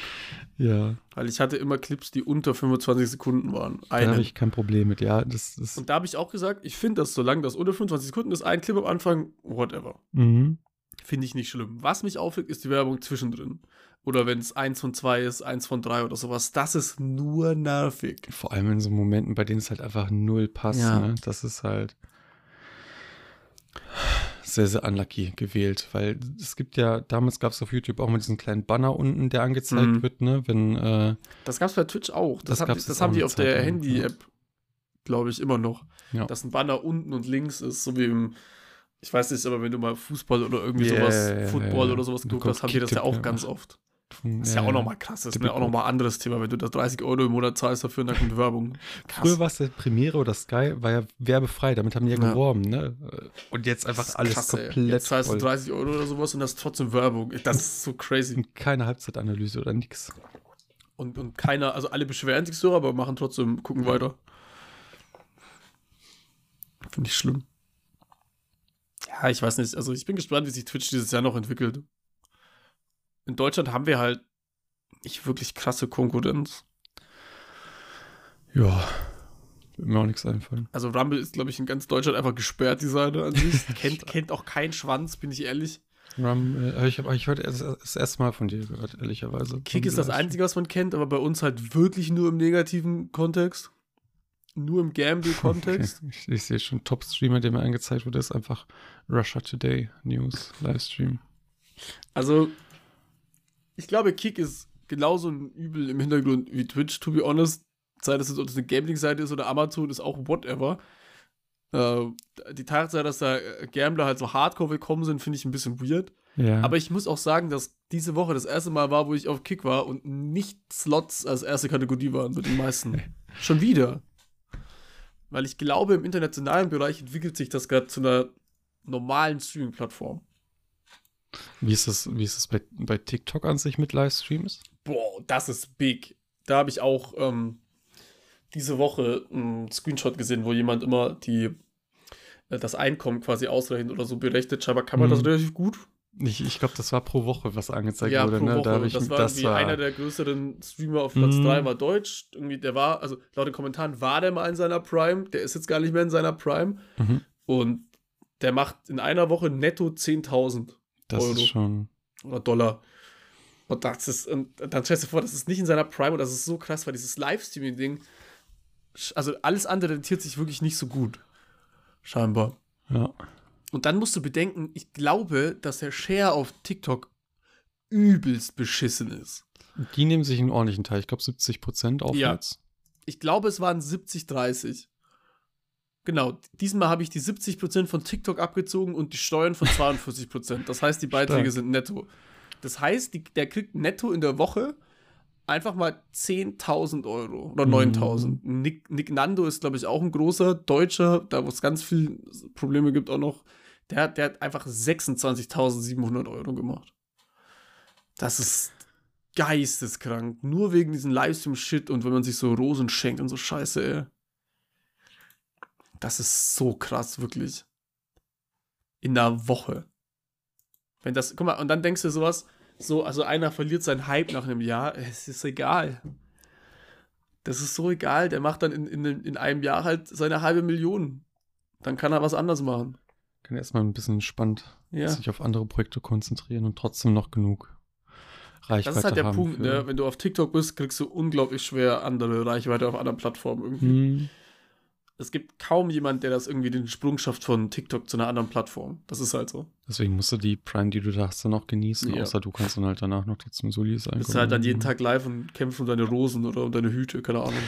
S1: ja,
S4: weil ich hatte immer Clips, die unter 25 Sekunden waren.
S1: da habe
S4: Einen.
S1: ich kein Problem mit. Ja, das ist.
S4: Und da habe ich auch gesagt, ich finde das, solange das unter 25 Sekunden ist, ein Clip am Anfang, whatever.
S1: Mhm.
S4: Finde ich nicht schlimm. Was mich aufregt, ist die Werbung zwischendrin. Oder wenn es eins von zwei ist, eins von drei oder sowas. Das ist nur nervig.
S1: Vor allem in so Momenten, bei denen es halt einfach null passt.
S4: Ja.
S1: Ne? Das ist halt sehr, sehr unlucky gewählt, weil es gibt ja, damals gab es auf YouTube auch mal diesen kleinen Banner unten, der angezeigt
S4: Mhm.
S1: wird, ne? Wenn, äh,
S4: Das gab es bei Twitch auch. Das,
S1: Das
S4: haben,
S1: gab's
S4: das
S1: jetzt
S4: haben
S1: auch
S4: die
S1: eine
S4: auf
S1: Zeit
S4: der
S1: lang,
S4: Handy-App, glaube ich, immer noch.
S1: Ja.
S4: Dass ein Banner unten und links ist, so wie im, ich weiß nicht, aber wenn du mal Fußball oder irgendwie
S1: Ja,
S4: sowas,
S1: ja, ja,
S4: Football
S1: ja.
S4: oder sowas
S1: Dann
S4: geguckt
S1: kommt
S4: hast, haben die das ja
S1: Kicktipp,
S4: auch
S1: ja.
S4: ganz oft.
S1: von- äh,
S4: Das ist ja, auch nochmal krass. Das ist
S1: Typico.
S4: ja auch nochmal ein anderes Thema, wenn du da 30 Euro im Monat zahlst dafür und dann kommt Werbung.
S1: Früher war es der Premiere oder Sky, war ja werbefrei, damit haben die ja,
S4: Ja.
S1: geworben, ne? Und jetzt
S4: Das
S1: einfach
S4: ist
S1: alles
S4: krass, ey.
S1: komplett
S4: Jetzt zahlst du
S1: voll.
S4: 30 Euro oder sowas und hast trotzdem Werbung. Das ist so crazy.
S1: Und keine Halbzeitanalyse oder nix.
S4: Und, und keiner, also alle beschweren sich so, aber machen trotzdem, gucken weiter. Finde ich schlimm. Ja, ich weiß nicht. Also ich bin gespannt, wie sich Twitch dieses Jahr noch entwickelt. In Deutschland haben wir halt nicht wirklich krasse Konkurrenz.
S1: Ja, wird mir auch nichts einfallen.
S4: Also Rumble ist, glaube ich, in ganz Deutschland einfach gesperrt, die Seite an sich. kennt, kennt auch keinen Schwanz, bin ich ehrlich.
S1: Rum, äh, hab ich habe ich heute erst- das erste Mal von dir gehört, ehrlicherweise.
S4: Kick
S1: Rum
S4: ist das
S1: Blast.
S4: Einzige, was man kennt, aber bei uns halt wirklich nur im negativen Kontext. Nur im Gamble-Kontext.
S1: Okay. Ich, ich sehe schon Top-Streamer, der mir angezeigt wurde, ist einfach Russia Today News Livestream.
S4: Also, ich glaube, Kick ist genauso ein Übel im Hintergrund wie Twitch, to be honest. Sei das jetzt ob das eine Gambling-Seite ist oder Amazon, ist auch whatever. Äh, die Tatsache, dass da Gambler halt so hardcore willkommen sind, finde ich ein bisschen weird.
S1: Ja.
S4: Aber ich muss auch sagen, dass diese Woche das erste Mal war, wo ich auf Kick war und nicht Slots als erste Kategorie waren mit den meisten. Schon wieder. Weil ich glaube, im internationalen Bereich entwickelt sich das gerade zu einer normalen Streaming-Plattform.
S1: wie ist das, wie ist das bei, bei TikTok an sich mit Livestreams?
S4: Boah, das ist big. Da habe ich auch ähm, diese Woche einen Screenshot gesehen, wo jemand immer die, äh, das Einkommen quasi ausrechnet oder so berechnet. Scheinbar kann man
S1: Mhm.
S4: das relativ gut.
S1: Ich, ich glaube, das war pro Woche, was angezeigt
S4: ja,
S1: wurde.
S4: pro
S1: ne?
S4: Woche.
S1: Da hab ich,
S4: das war
S1: das
S4: irgendwie
S1: war
S4: einer der größeren Streamer auf Platz
S1: Mhm.
S4: 3 war Deutsch. Irgendwie, der war, also laut den Kommentaren war der mal in seiner Prime. Der ist jetzt gar nicht mehr in seiner Prime.
S1: Mhm.
S4: Und der macht in einer Woche netto 10.000
S1: das
S4: Euro.
S1: ist schon.
S4: oder Dollar. Und das ist, und dann stellst du dir vor, das ist nicht in seiner Prime und das ist so krass, weil dieses Livestreaming-Ding, sch- also alles andere rentiert sich wirklich nicht so gut. Scheinbar.
S1: Ja.
S4: Und dann musst du bedenken, ich glaube, dass der Share auf TikTok übelst beschissen ist.
S1: Die nehmen sich einen ordentlichen Teil. Ich glaube, 70 Prozent aufwärts.
S4: Ich glaube, es waren 70, 30. Genau, diesmal habe ich die 70% von TikTok abgezogen und die Steuern von 42%. Das heißt, die Beiträge
S1: Stark.
S4: sind netto. Das heißt, die, der kriegt netto in der Woche einfach mal 10.000 Euro oder
S1: Mhm.
S4: 9.000. Nick, Nick Nando ist, glaube ich, auch ein großer Deutscher, da wo es ganz viele Probleme gibt auch noch. Der, hat- der hat einfach 26.700 Euro gemacht. Das ist geisteskrank. Nur wegen diesem Livestream-Shit und wenn man sich so Rosen schenkt und so Scheiße, ey. Das ist so krass, wirklich. In einer Woche. Wenn das, guck mal, und dann denkst du sowas, so, also einer verliert seinen Hype nach einem Jahr, es ist egal. Das ist so egal, der macht dann in, in, in einem Jahr halt seine halbe Million. Dann kann er was anderes machen.
S1: Kann erstmal ein bisschen entspannt
S4: Ja.
S1: sich auf andere Projekte konzentrieren und trotzdem noch genug Reichweite
S4: Das ist halt der
S1: haben
S4: Punkt,
S1: für-
S4: ne? Wenn du auf TikTok bist, kriegst du unglaublich schwer andere Reichweite auf anderen Plattformen irgendwie.
S1: Hm,
S4: Es gibt kaum jemand, der das irgendwie den Sprung schafft von TikTok zu einer anderen Plattform. Das ist halt so.
S1: Deswegen musst du die Prime, die du da hast, dann auch genießen.
S4: Ja.
S1: Außer du kannst dann halt danach noch trotzdem Soli sein.
S4: Bist halt dann jeden Tag live und kämpfst um deine Rosen oder um deine Hüte, keine Ahnung.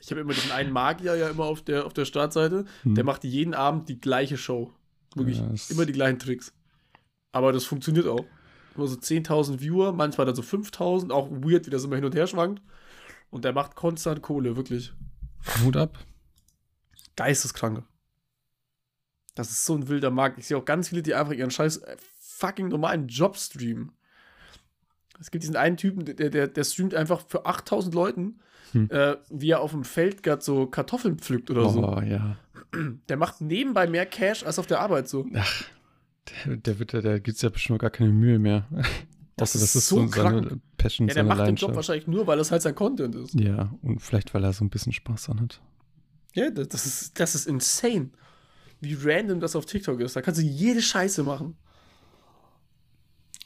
S4: ich habe immer diesen einen Magier ja immer auf der, auf der Startseite,
S1: Hm.
S4: der macht jeden Abend die gleiche Show. Wirklich,
S1: Ja, es-
S4: immer die gleichen Tricks. Aber das funktioniert auch. Immer so 10.000 Viewer, manchmal dann so 5.000, auch weird, wie das immer hin und her schwankt. Und der macht konstant Kohle, wirklich.
S1: Hut ab.
S4: Geisteskranke. Das ist so ein wilder Markt. Ich sehe auch ganz viele, die einfach ihren scheiß äh, fucking normalen Job streamen. Es gibt diesen einen Typen, der, der, der streamt einfach für 8000 Leuten,
S1: Hm.
S4: äh, wie er auf dem Feld gerade so Kartoffeln pflückt oder so.
S1: Oh, ja.
S4: Der macht nebenbei mehr Cash als auf der Arbeit so.
S1: Ach, der, der wird ja, der gibt's ja bestimmt gar keine Mühe mehr. Also
S4: Das
S1: Außer
S4: ist so
S1: seine Passion,
S4: Ja,
S1: seine
S4: der macht den Job
S1: Leidenschaft.
S4: wahrscheinlich nur, weil das halt sein Content ist.
S1: Ja, und vielleicht, weil er so ein bisschen Spaß dran hat.
S4: Ja, das das ist, das ist insane. Wie random das auf TikTok ist. Da kannst du jede Scheiße machen.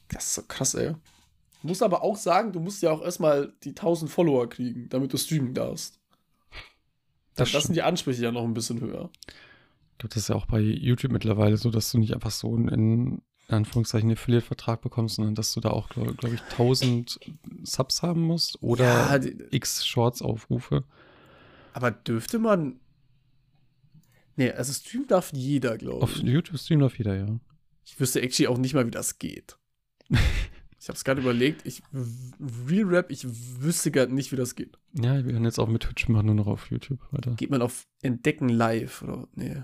S4: Das ist so krass, ey. Du musst aber auch sagen, du musst ja auch erstmal die 1000 Follower kriegen, damit du streamen darfst. Das, das sind
S1: stimmt.
S4: die Ansprüche ja noch ein bisschen höher.
S1: Ich glaube, das ist ja auch bei YouTube mittlerweile so, dass du nicht einfach so einen in Anführungszeichen einen Affiliate-Vertrag bekommst, sondern dass du da auch, glaube glaub ich, 1000 Subs haben musst oder
S4: Ja, die-
S1: x Shorts-Aufrufe.
S4: aber dürfte man. Nee, also streamen darf jeder, glaube
S1: Auf
S4: ich.
S1: YouTube streamt auf jeder, ja.
S4: Ich wüsste actually auch nicht mal, wie das geht. ich habe es gerade überlegt. Ich w- Real Rap, ich wüsste gerade nicht, wie das geht.
S1: Ja, wir werden jetzt auch mit Twitch machen, nur noch auf YouTube weiter.
S4: Geht man auf Entdecken live oder nee.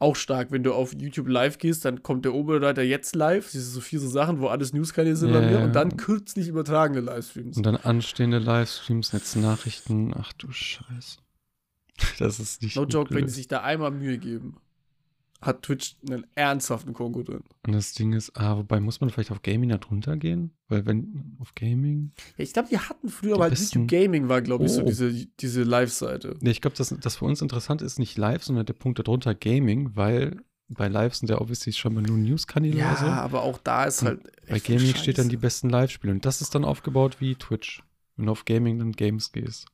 S4: Auch stark, wenn du auf YouTube live gehst, dann kommt der Oberleiter jetzt live, siehst du so viele Sachen, wo alles Newskanäle sind
S1: Ja,
S4: bei mir
S1: ja,
S4: und dann
S1: ja.
S4: kürzlich übertragene Livestreams.
S1: Und dann anstehende Livestreams, jetzt Nachrichten. Ach du Scheiße. Das ist nicht.
S4: No
S1: gut
S4: joke, wenn die
S1: gelöst.
S4: sich da einmal Mühe geben, hat Twitch einen ernsthaften Konkurrenten.
S1: Und das Ding ist, ah, wobei muss man vielleicht auf Gaming da drunter gehen? Weil wenn auf Gaming.
S4: Ja, ich glaube, die hatten früher
S1: Die
S4: mal
S1: besten-
S4: YouTube Gaming war, glaube ich, so
S1: Oh.
S4: diese, diese Live-Seite.
S1: Nee, ich glaube, das, das für uns interessant ist nicht live, sondern der Punkt darunter Gaming, weil bei Live sind ja obviously schon mal nur News-Kanäle
S4: Ja,
S1: oder so.
S4: aber auch da ist
S1: Und
S4: halt.
S1: Bei
S4: echt viel
S1: Gaming steht dann
S4: Scheiße.
S1: die besten Live-Spiele. Und das ist dann aufgebaut wie Twitch. Wenn du auf Gaming dann Games gehst.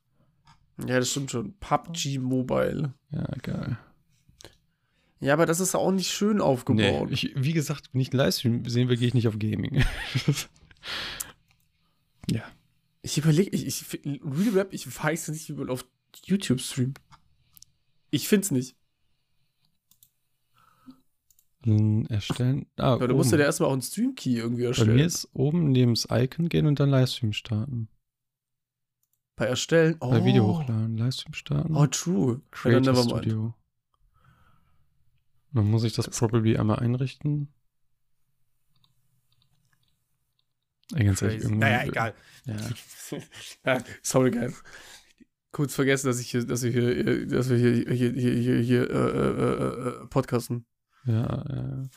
S4: Ja, das stimmt schon. PUBG Mobile.
S1: Ja, geil.
S4: Ja, aber das ist auch nicht schön aufgebaut.
S1: Nee, ich, wie gesagt, wenn ich einen Livestream sehen will, gehe ich nicht auf Gaming. ja.
S4: Ich überlege, ich, ich, Real Rap, ich weiß nicht, wie man auf YouTube-Stream. Ich find's nicht.
S1: Dann erstellen. Ah,
S4: Aber du musst ja da erstmal auch einen Stream-Key irgendwie
S1: Bei mir
S4: erstellen.
S1: ist oben neben das Icon gehen und dann Livestream starten.
S4: Bei, erstellen. Oh.
S1: Bei Video hochladen, Livestream starten.
S4: Oh, true. Ja, dann
S1: Creator
S4: nevermind.
S1: Studio. Dann muss ich das,
S4: Das-
S1: probably einmal einrichten. Ey, ganz ehrlich,
S4: Crazy.
S1: irgendwann-
S4: Naja, egal.
S1: Ja.
S4: Ja, Sorry, guys. Kurz vergessen, dass ich hier, dass wir hier, äh, dass wir hier, hier, hier, hier, hier äh, äh, äh, äh, podcasten.
S1: Ja, ja.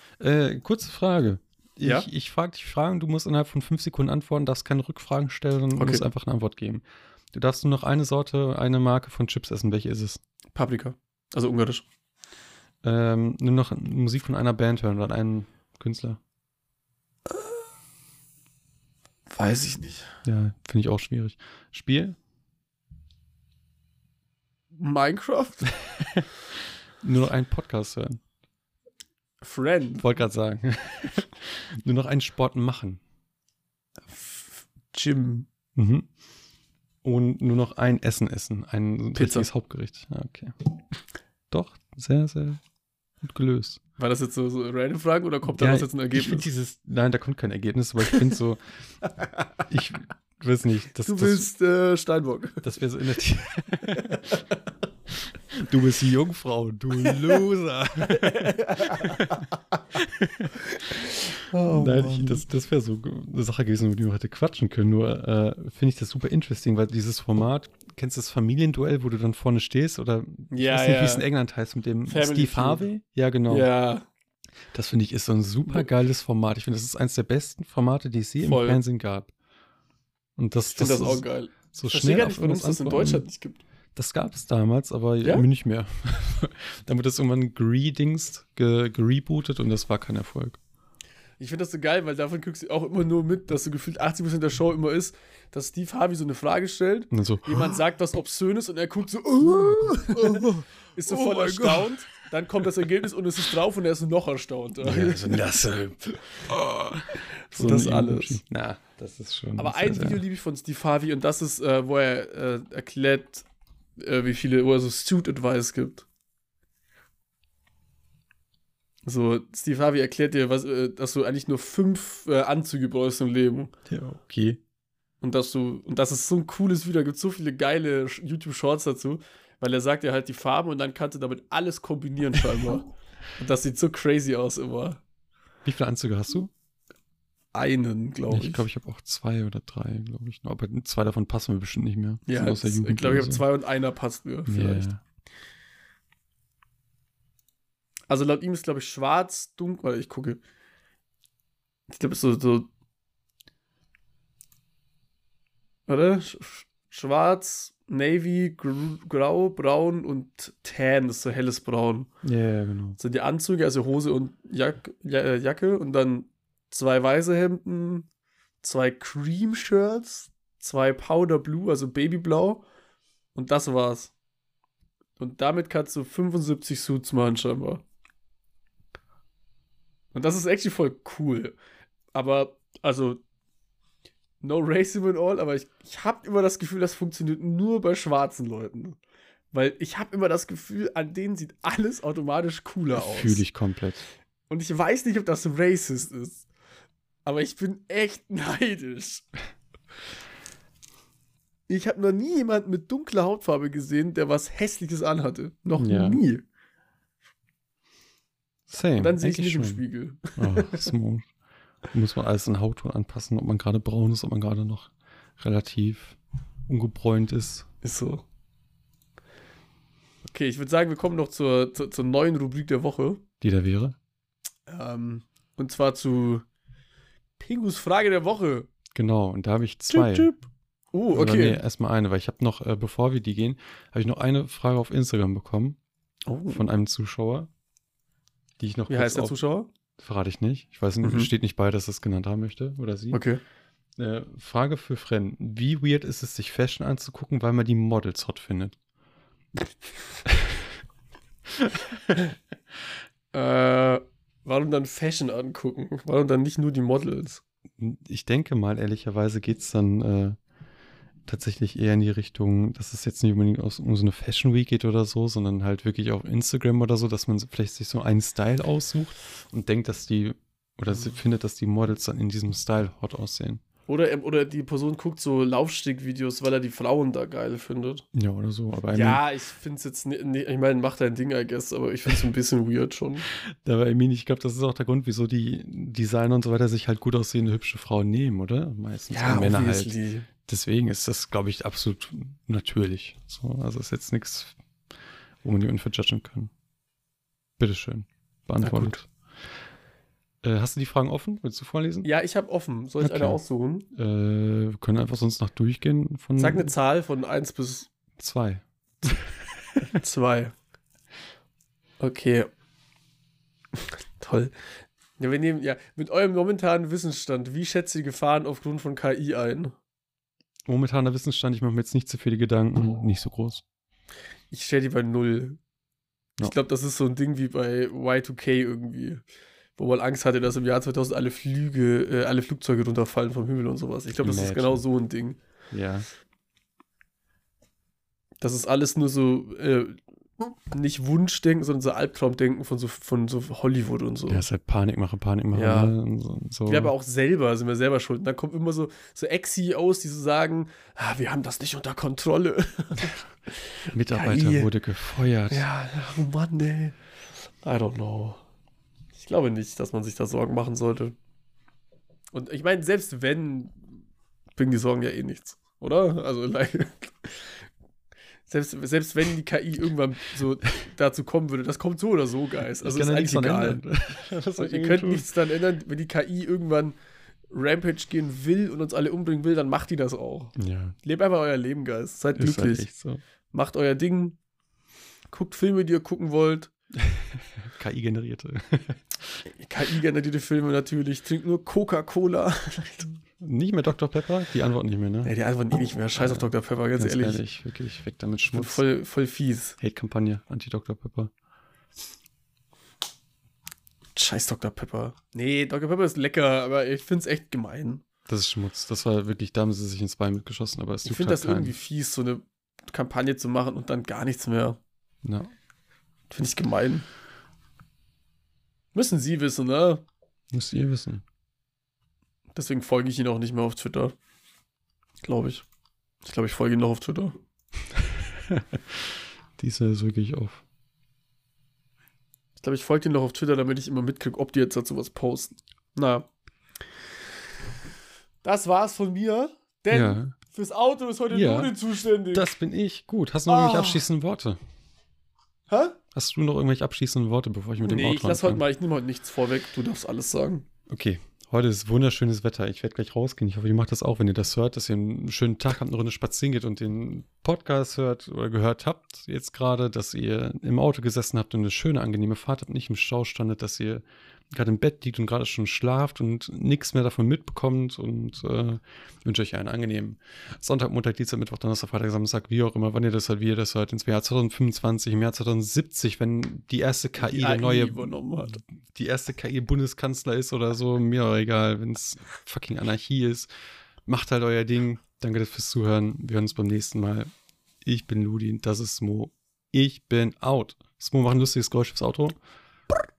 S1: Äh, kurze Frage. Ich,
S4: Ja?
S1: ich frage dich Fragen, du musst innerhalb von fünf Sekunden antworten, darfst keine Rückfragen stellen, sondern
S4: Okay.
S1: musst einfach eine Antwort geben. Du darfst nur noch eine Sorte, eine Marke von Chips essen. Welche ist es?
S4: Paprika. Also ungarisch.
S1: Ähm, nur noch Musik von einer Band hören oder einen Künstler.
S4: Weiß ich nicht.
S1: Ja, finde ich auch schwierig. Spiel?
S4: Minecraft?
S1: Nur noch einen Podcast hören.
S4: Friend.
S1: Wollte gerade sagen. nur noch einen Sport machen.
S4: F- Jim.
S1: Mhm. Und nur noch ein Essen essen. Ein
S4: Pizza.
S1: richtiges Hauptgericht. Ja, okay. Doch, sehr, sehr gut gelöst.
S4: War das jetzt so, so random Fragen oder kommt da
S1: Ja,
S4: daraus jetzt ein
S1: Ich find
S4: Ergebnis?
S1: dieses, nein, da kommt kein Ergebnis, aber ich finde so, ich weiß nicht, das,
S4: Du bist äh, Steinbock.
S1: das, das wäre so in der Tiefe. Du bist die Jungfrau, du Loser. Nein, ich, das, das wäre so eine Sache gewesen, über die wir hätte quatschen können. Nur äh, finde ich das super interesting, weil dieses Format, kennst du das Familienduell, wo du dann vorne stehst oder ich weiß nicht, wie es in England heißt, mit dem
S4: Family
S1: Steve
S4: Feud.
S1: Harvey? Ja, genau.
S4: Ja,
S1: Das finde ich ist so ein super geiles Format. Ich finde, das ist eines der besten Formate, die es je
S4: Voll.
S1: im Fernsehen gab. Und das,
S4: ich finde das,
S1: ist
S4: auch geil.
S1: so
S4: Ich verstehe
S1: schnell
S4: gar
S1: auf
S4: nicht, warum es
S1: irgendwas
S4: das in
S1: antworten.
S4: Deutschland nicht gibt.
S1: Das gab es damals, aber
S4: Ja?
S1: irgendwie nicht mehr. Dann wurde das irgendwann greedings ge gerebootet und das war kein Erfolg.
S4: Ich finde das so geil, weil davon kriegst du auch immer nur mit, dass so gefühlt 80% der Show immer ist, dass Steve Harvey so eine Frage stellt,
S1: Und dann so,
S4: jemand sagt was Obszönes und er guckt so, "Uh", ist so
S1: Oh
S4: voll
S1: mein
S4: erstaunt. Dann kommt das Ergebnis und es ist drauf und er ist noch erstaunt.
S1: so nasse. Oh.
S4: So das
S1: eine
S4: alles.
S1: Emoji. Na, das ist schon.
S4: Aber
S1: sehr,
S4: ein
S1: sehr-
S4: Video liebe ich von Steve Harvey und das ist, äh, wo er äh, erklärt, äh, wie viele, wo er so Suit-Advice gibt. So, Steve Harvey erklärt dir, was, äh, dass du eigentlich nur fünf äh, Anzüge brauchst im Leben.
S1: Ja, okay.
S4: Und dass du, und das ist so ein cooles Video, da gibt so viele geile Sch- YouTube-Shorts dazu, weil er sagt ja halt die Farben und dann kannst du damit alles kombinieren scheinbar. und das sieht so crazy aus immer.
S1: Wie viele Anzüge hast du?
S4: Einen, glaube ich.
S1: ich glaube, ich habe auch zwei oder drei, glaube ich. Aber zwei davon passen mir bestimmt nicht mehr.
S4: ja,
S1: Sind
S4: das- ich glaube, ich habe
S1: oder so.
S4: zwei und einer passt mir
S1: Ja,
S4: vielleicht.
S1: ja.
S4: Also laut ihm ist, glaube ich, schwarz, dunkel, warte, ich gucke. Ich glaube, es ist so, so. Warte, sch sch- schwarz, navy, gr grau, braun und tan, das ist so helles Braun.
S1: Ja, ja, genau.
S4: Das sind die Anzüge, also Hose und Jack ja, äh, Jacke und dann zwei weiße Hemden, zwei Cream Shirts, zwei Powder Blue, also Babyblau und das war's. Und damit kannst du 75 Suits machen scheinbar. Und das ist actually voll cool. Aber, also, no racism and all, aber ich, ich habe immer das Gefühl, das funktioniert nur bei schwarzen Leuten. Weil ich habe immer das Gefühl, an denen sieht alles automatisch cooler aus.
S1: Fühle ich komplett.
S4: Und ich weiß nicht, ob das racist ist. Aber ich bin echt neidisch. Ich habe noch nie jemanden mit dunkler Hautfarbe gesehen, der was Hässliches anhatte. Noch
S1: Ja.
S4: nie.
S1: Same.
S4: Und dann sehe ich
S1: eigentlich
S4: nicht im
S1: schon.
S4: Spiegel.
S1: Oh, Smoke. Muss man alles in Hautton anpassen, ob man gerade braun ist, ob man gerade noch relativ ungebräunt ist.
S4: Ist so. Okay, ich würde sagen, wir kommen noch zur, zur, zur neuen Rubrik der Woche.
S1: Die da wäre.
S4: Ähm, und zwar zu Pingus Frage der Woche.
S1: Genau, und da habe ich zwei.
S4: Oh,
S1: Oder nee,
S4: okay.
S1: erstmal eine, weil ich habe noch, äh, bevor wir die gehen, habe ich noch eine Frage auf Instagram bekommen
S4: Oh.
S1: von einem Zuschauer, die ich noch
S4: Wie
S1: kurz
S4: heißt der
S1: auf-
S4: Zuschauer?
S1: Verrate ich nicht. Ich weiß nicht,
S4: Mhm.
S1: steht nicht bei, dass das genannt haben möchte oder sie.
S4: Okay.
S1: Äh, Frage für Fren. Wie weird ist es, sich Fashion anzugucken, weil man die Models hot findet?
S4: Äh, warum dann Fashion angucken? Warum dann nicht nur die Models?
S1: Ich denke mal, ehrlicherweise geht es dann äh, tatsächlich eher in die Richtung, dass es jetzt nicht unbedingt aus, um so eine Fashion Week geht oder so, sondern halt wirklich auf Instagram oder so, dass man vielleicht sich so einen Style aussucht und denkt, dass die oder sie findet, dass die Models dann in diesem Style hot aussehen.
S4: Oder, ähm, oder die Person guckt so Laufstegvideos, weil er die Frauen da geil findet.
S1: Ja, oder so. Aber
S4: ja, ich finde es jetzt nicht, ich meine, mach dein Ding, I guess, aber ich finde es ein bisschen weird schon.
S1: Aber I mean, ich glaube, das ist auch der Grund, wieso die Designer und so weiter sich halt gut aussehende hübsche Frauen nehmen, oder? Meistens
S4: Ja,
S1: weil Männer halt.
S4: obviously.
S1: Deswegen ist das, glaube ich, absolut natürlich. So, also ist jetzt nichts, wo man jemanden für judgen kann. Bitteschön. Beantwortet. Äh, hast du die Fragen offen? Willst du vorlesen?
S4: Ja, ich habe offen. Soll ich
S1: Okay.
S4: eine aussuchen?
S1: Äh, wir können einfach sonst noch durchgehen von
S4: Sag eine Zahl von 1 bis
S1: zwei.
S4: 2. Okay. Toll. Ja, wir nehmen, ja, mit eurem momentanen Wissensstand, wie schätzt ihr Gefahren aufgrund von KI ein?
S1: Momentaner Wissensstand, ich mache mir jetzt nicht zu viele
S4: Mhm.
S1: Gedanken, nicht so groß.
S4: Ich stelle die bei null.
S1: Ja.
S4: Ich glaube, das ist so ein Ding wie bei Y2K irgendwie, wo man Angst hatte, dass im Jahr 2000 alle Flüge, äh, alle Flugzeuge runterfallen vom Himmel und sowas. Ich glaube, das ist
S1: Imagine.
S4: genau so ein Ding.
S1: Ja.
S4: Das ist alles nur so äh, nicht Wunschdenken, sondern so Albtraumdenken von so von so Hollywood und so.
S1: Ja, ist halt Panik mache, Panik mache.
S4: Ja.
S1: ne? Und so, und so.
S4: Wir aber auch selber, sind wir selber schuld. Und dann kommen immer so, so Ex-CEOs, die so sagen, ah, wir haben das nicht unter Kontrolle.
S1: Mitarbeiter
S4: KI.
S1: wurde gefeuert.
S4: ja, oh Mann, ey. I don't know. Ich glaube nicht, dass man sich da Sorgen machen sollte. Und ich meine, selbst wenn, bringen die Sorgen ja eh nichts, oder? Also, like, selbst, selbst wenn die KI irgendwann so dazu kommen würde, das kommt so oder so, Guys. Also,
S1: Ich
S4: ist
S1: kann da
S4: eigentlich
S1: nichts dran
S4: egal.
S1: ändern.
S4: Also,
S1: eh Was soll ich
S4: ihr
S1: denn
S4: könnt
S1: tun?
S4: nichts dann ändern, wenn die KI irgendwann Rampage gehen will und uns alle umbringen will, dann macht die das auch.
S1: Ja,
S4: Lebt einfach euer Leben, Geist. Seid
S1: ist halt
S4: glücklich.
S1: echt so.
S4: macht euer Ding. Guckt Filme, die ihr gucken wollt.
S1: KI-generierte.
S4: KI generierte Filme natürlich. Trinkt nur Coca-Cola.
S1: Nicht mehr Dr. Pepper? Die Antwort nicht mehr, ne?
S4: Nee, die einfach nie nicht mehr. Scheiß auf Dr. Pepper, ganz,
S1: Ganz
S4: ehrlich.
S1: ehrlich. wirklich. Weg damit
S4: Ich bin
S1: Schmutz.
S4: voll, voll fies.
S1: Hate-Kampagne, Anti-Dr. Pepper.
S4: Scheiß Dr. Pepper. Nee, Dr. Pepper ist lecker, aber ich find's echt gemein.
S1: Das ist Schmutz. Das war wirklich, da haben sie sich ins Bein mitgeschossen, aber es
S4: Ich
S1: tut
S4: find
S1: halt
S4: das
S1: keinen.
S4: irgendwie fies, so eine Kampagne zu machen und dann gar nichts mehr.
S1: Ja.
S4: Finde ich gemein. Müssen Sie wissen, ne?
S1: Müsst ihr wissen.
S4: Deswegen folge ich Ihnen auch nicht mehr auf Twitter. Glaube ich. Ich glaube, ich folge Ihnen noch auf Twitter.
S1: Diesmal ist wirklich auf.
S4: Ich glaube, ich folge Ihnen noch auf Twitter, damit ich immer mitkriege, ob die jetzt dazu was posten. Na. Das war's von mir. Denn
S1: Ja.
S4: fürs Auto ist heute
S1: Ja.
S4: ja. Nudin zuständig.
S1: Das bin ich. Gut. Hast du noch irgendwelche
S4: Ah.
S1: abschließenden Worte?
S4: Hä?
S1: Hast du noch irgendwelche abschließenden Worte, bevor ich mit dem
S4: Nee,
S1: Outro
S4: ich lass heute
S1: anfange?
S4: mal, ich nehme heute nichts vorweg. Du darfst alles sagen.
S1: Okay, heute ist wunderschönes Wetter. Ich werde gleich rausgehen. Ich hoffe, ihr macht das auch, wenn ihr das hört, dass ihr einen schönen Tag habt, eine Runde spazieren geht und den Podcast hört oder gehört habt jetzt gerade, dass ihr im Auto gesessen habt und eine schöne, angenehme Fahrt habt, nicht im Stau standet, dass ihr gerade im Bett liegt und gerade schon schlaft und nichts mehr davon mitbekommt und äh, wünsche euch einen angenehmen Sonntag, Montag, Dienstag, Mittwoch, Donnerstag, Freitag, Samstag, wie auch immer, wann ihr das hört, wie ihr das hört, ins Jahr 2025, im Jahr 2070, wenn die erste KI, der neue
S4: übernommen hat.
S1: die erste KI-Bundeskanzler ist oder so, mir auch egal, wenn es fucking Anarchie ist. Macht halt euer Ding. Danke fürs Zuhören. Wir hören uns beim nächsten Mal. Ich bin Ludin, das ist Smo. Ich bin out. Smo, mach ein lustiges Geräusch fürs Outro.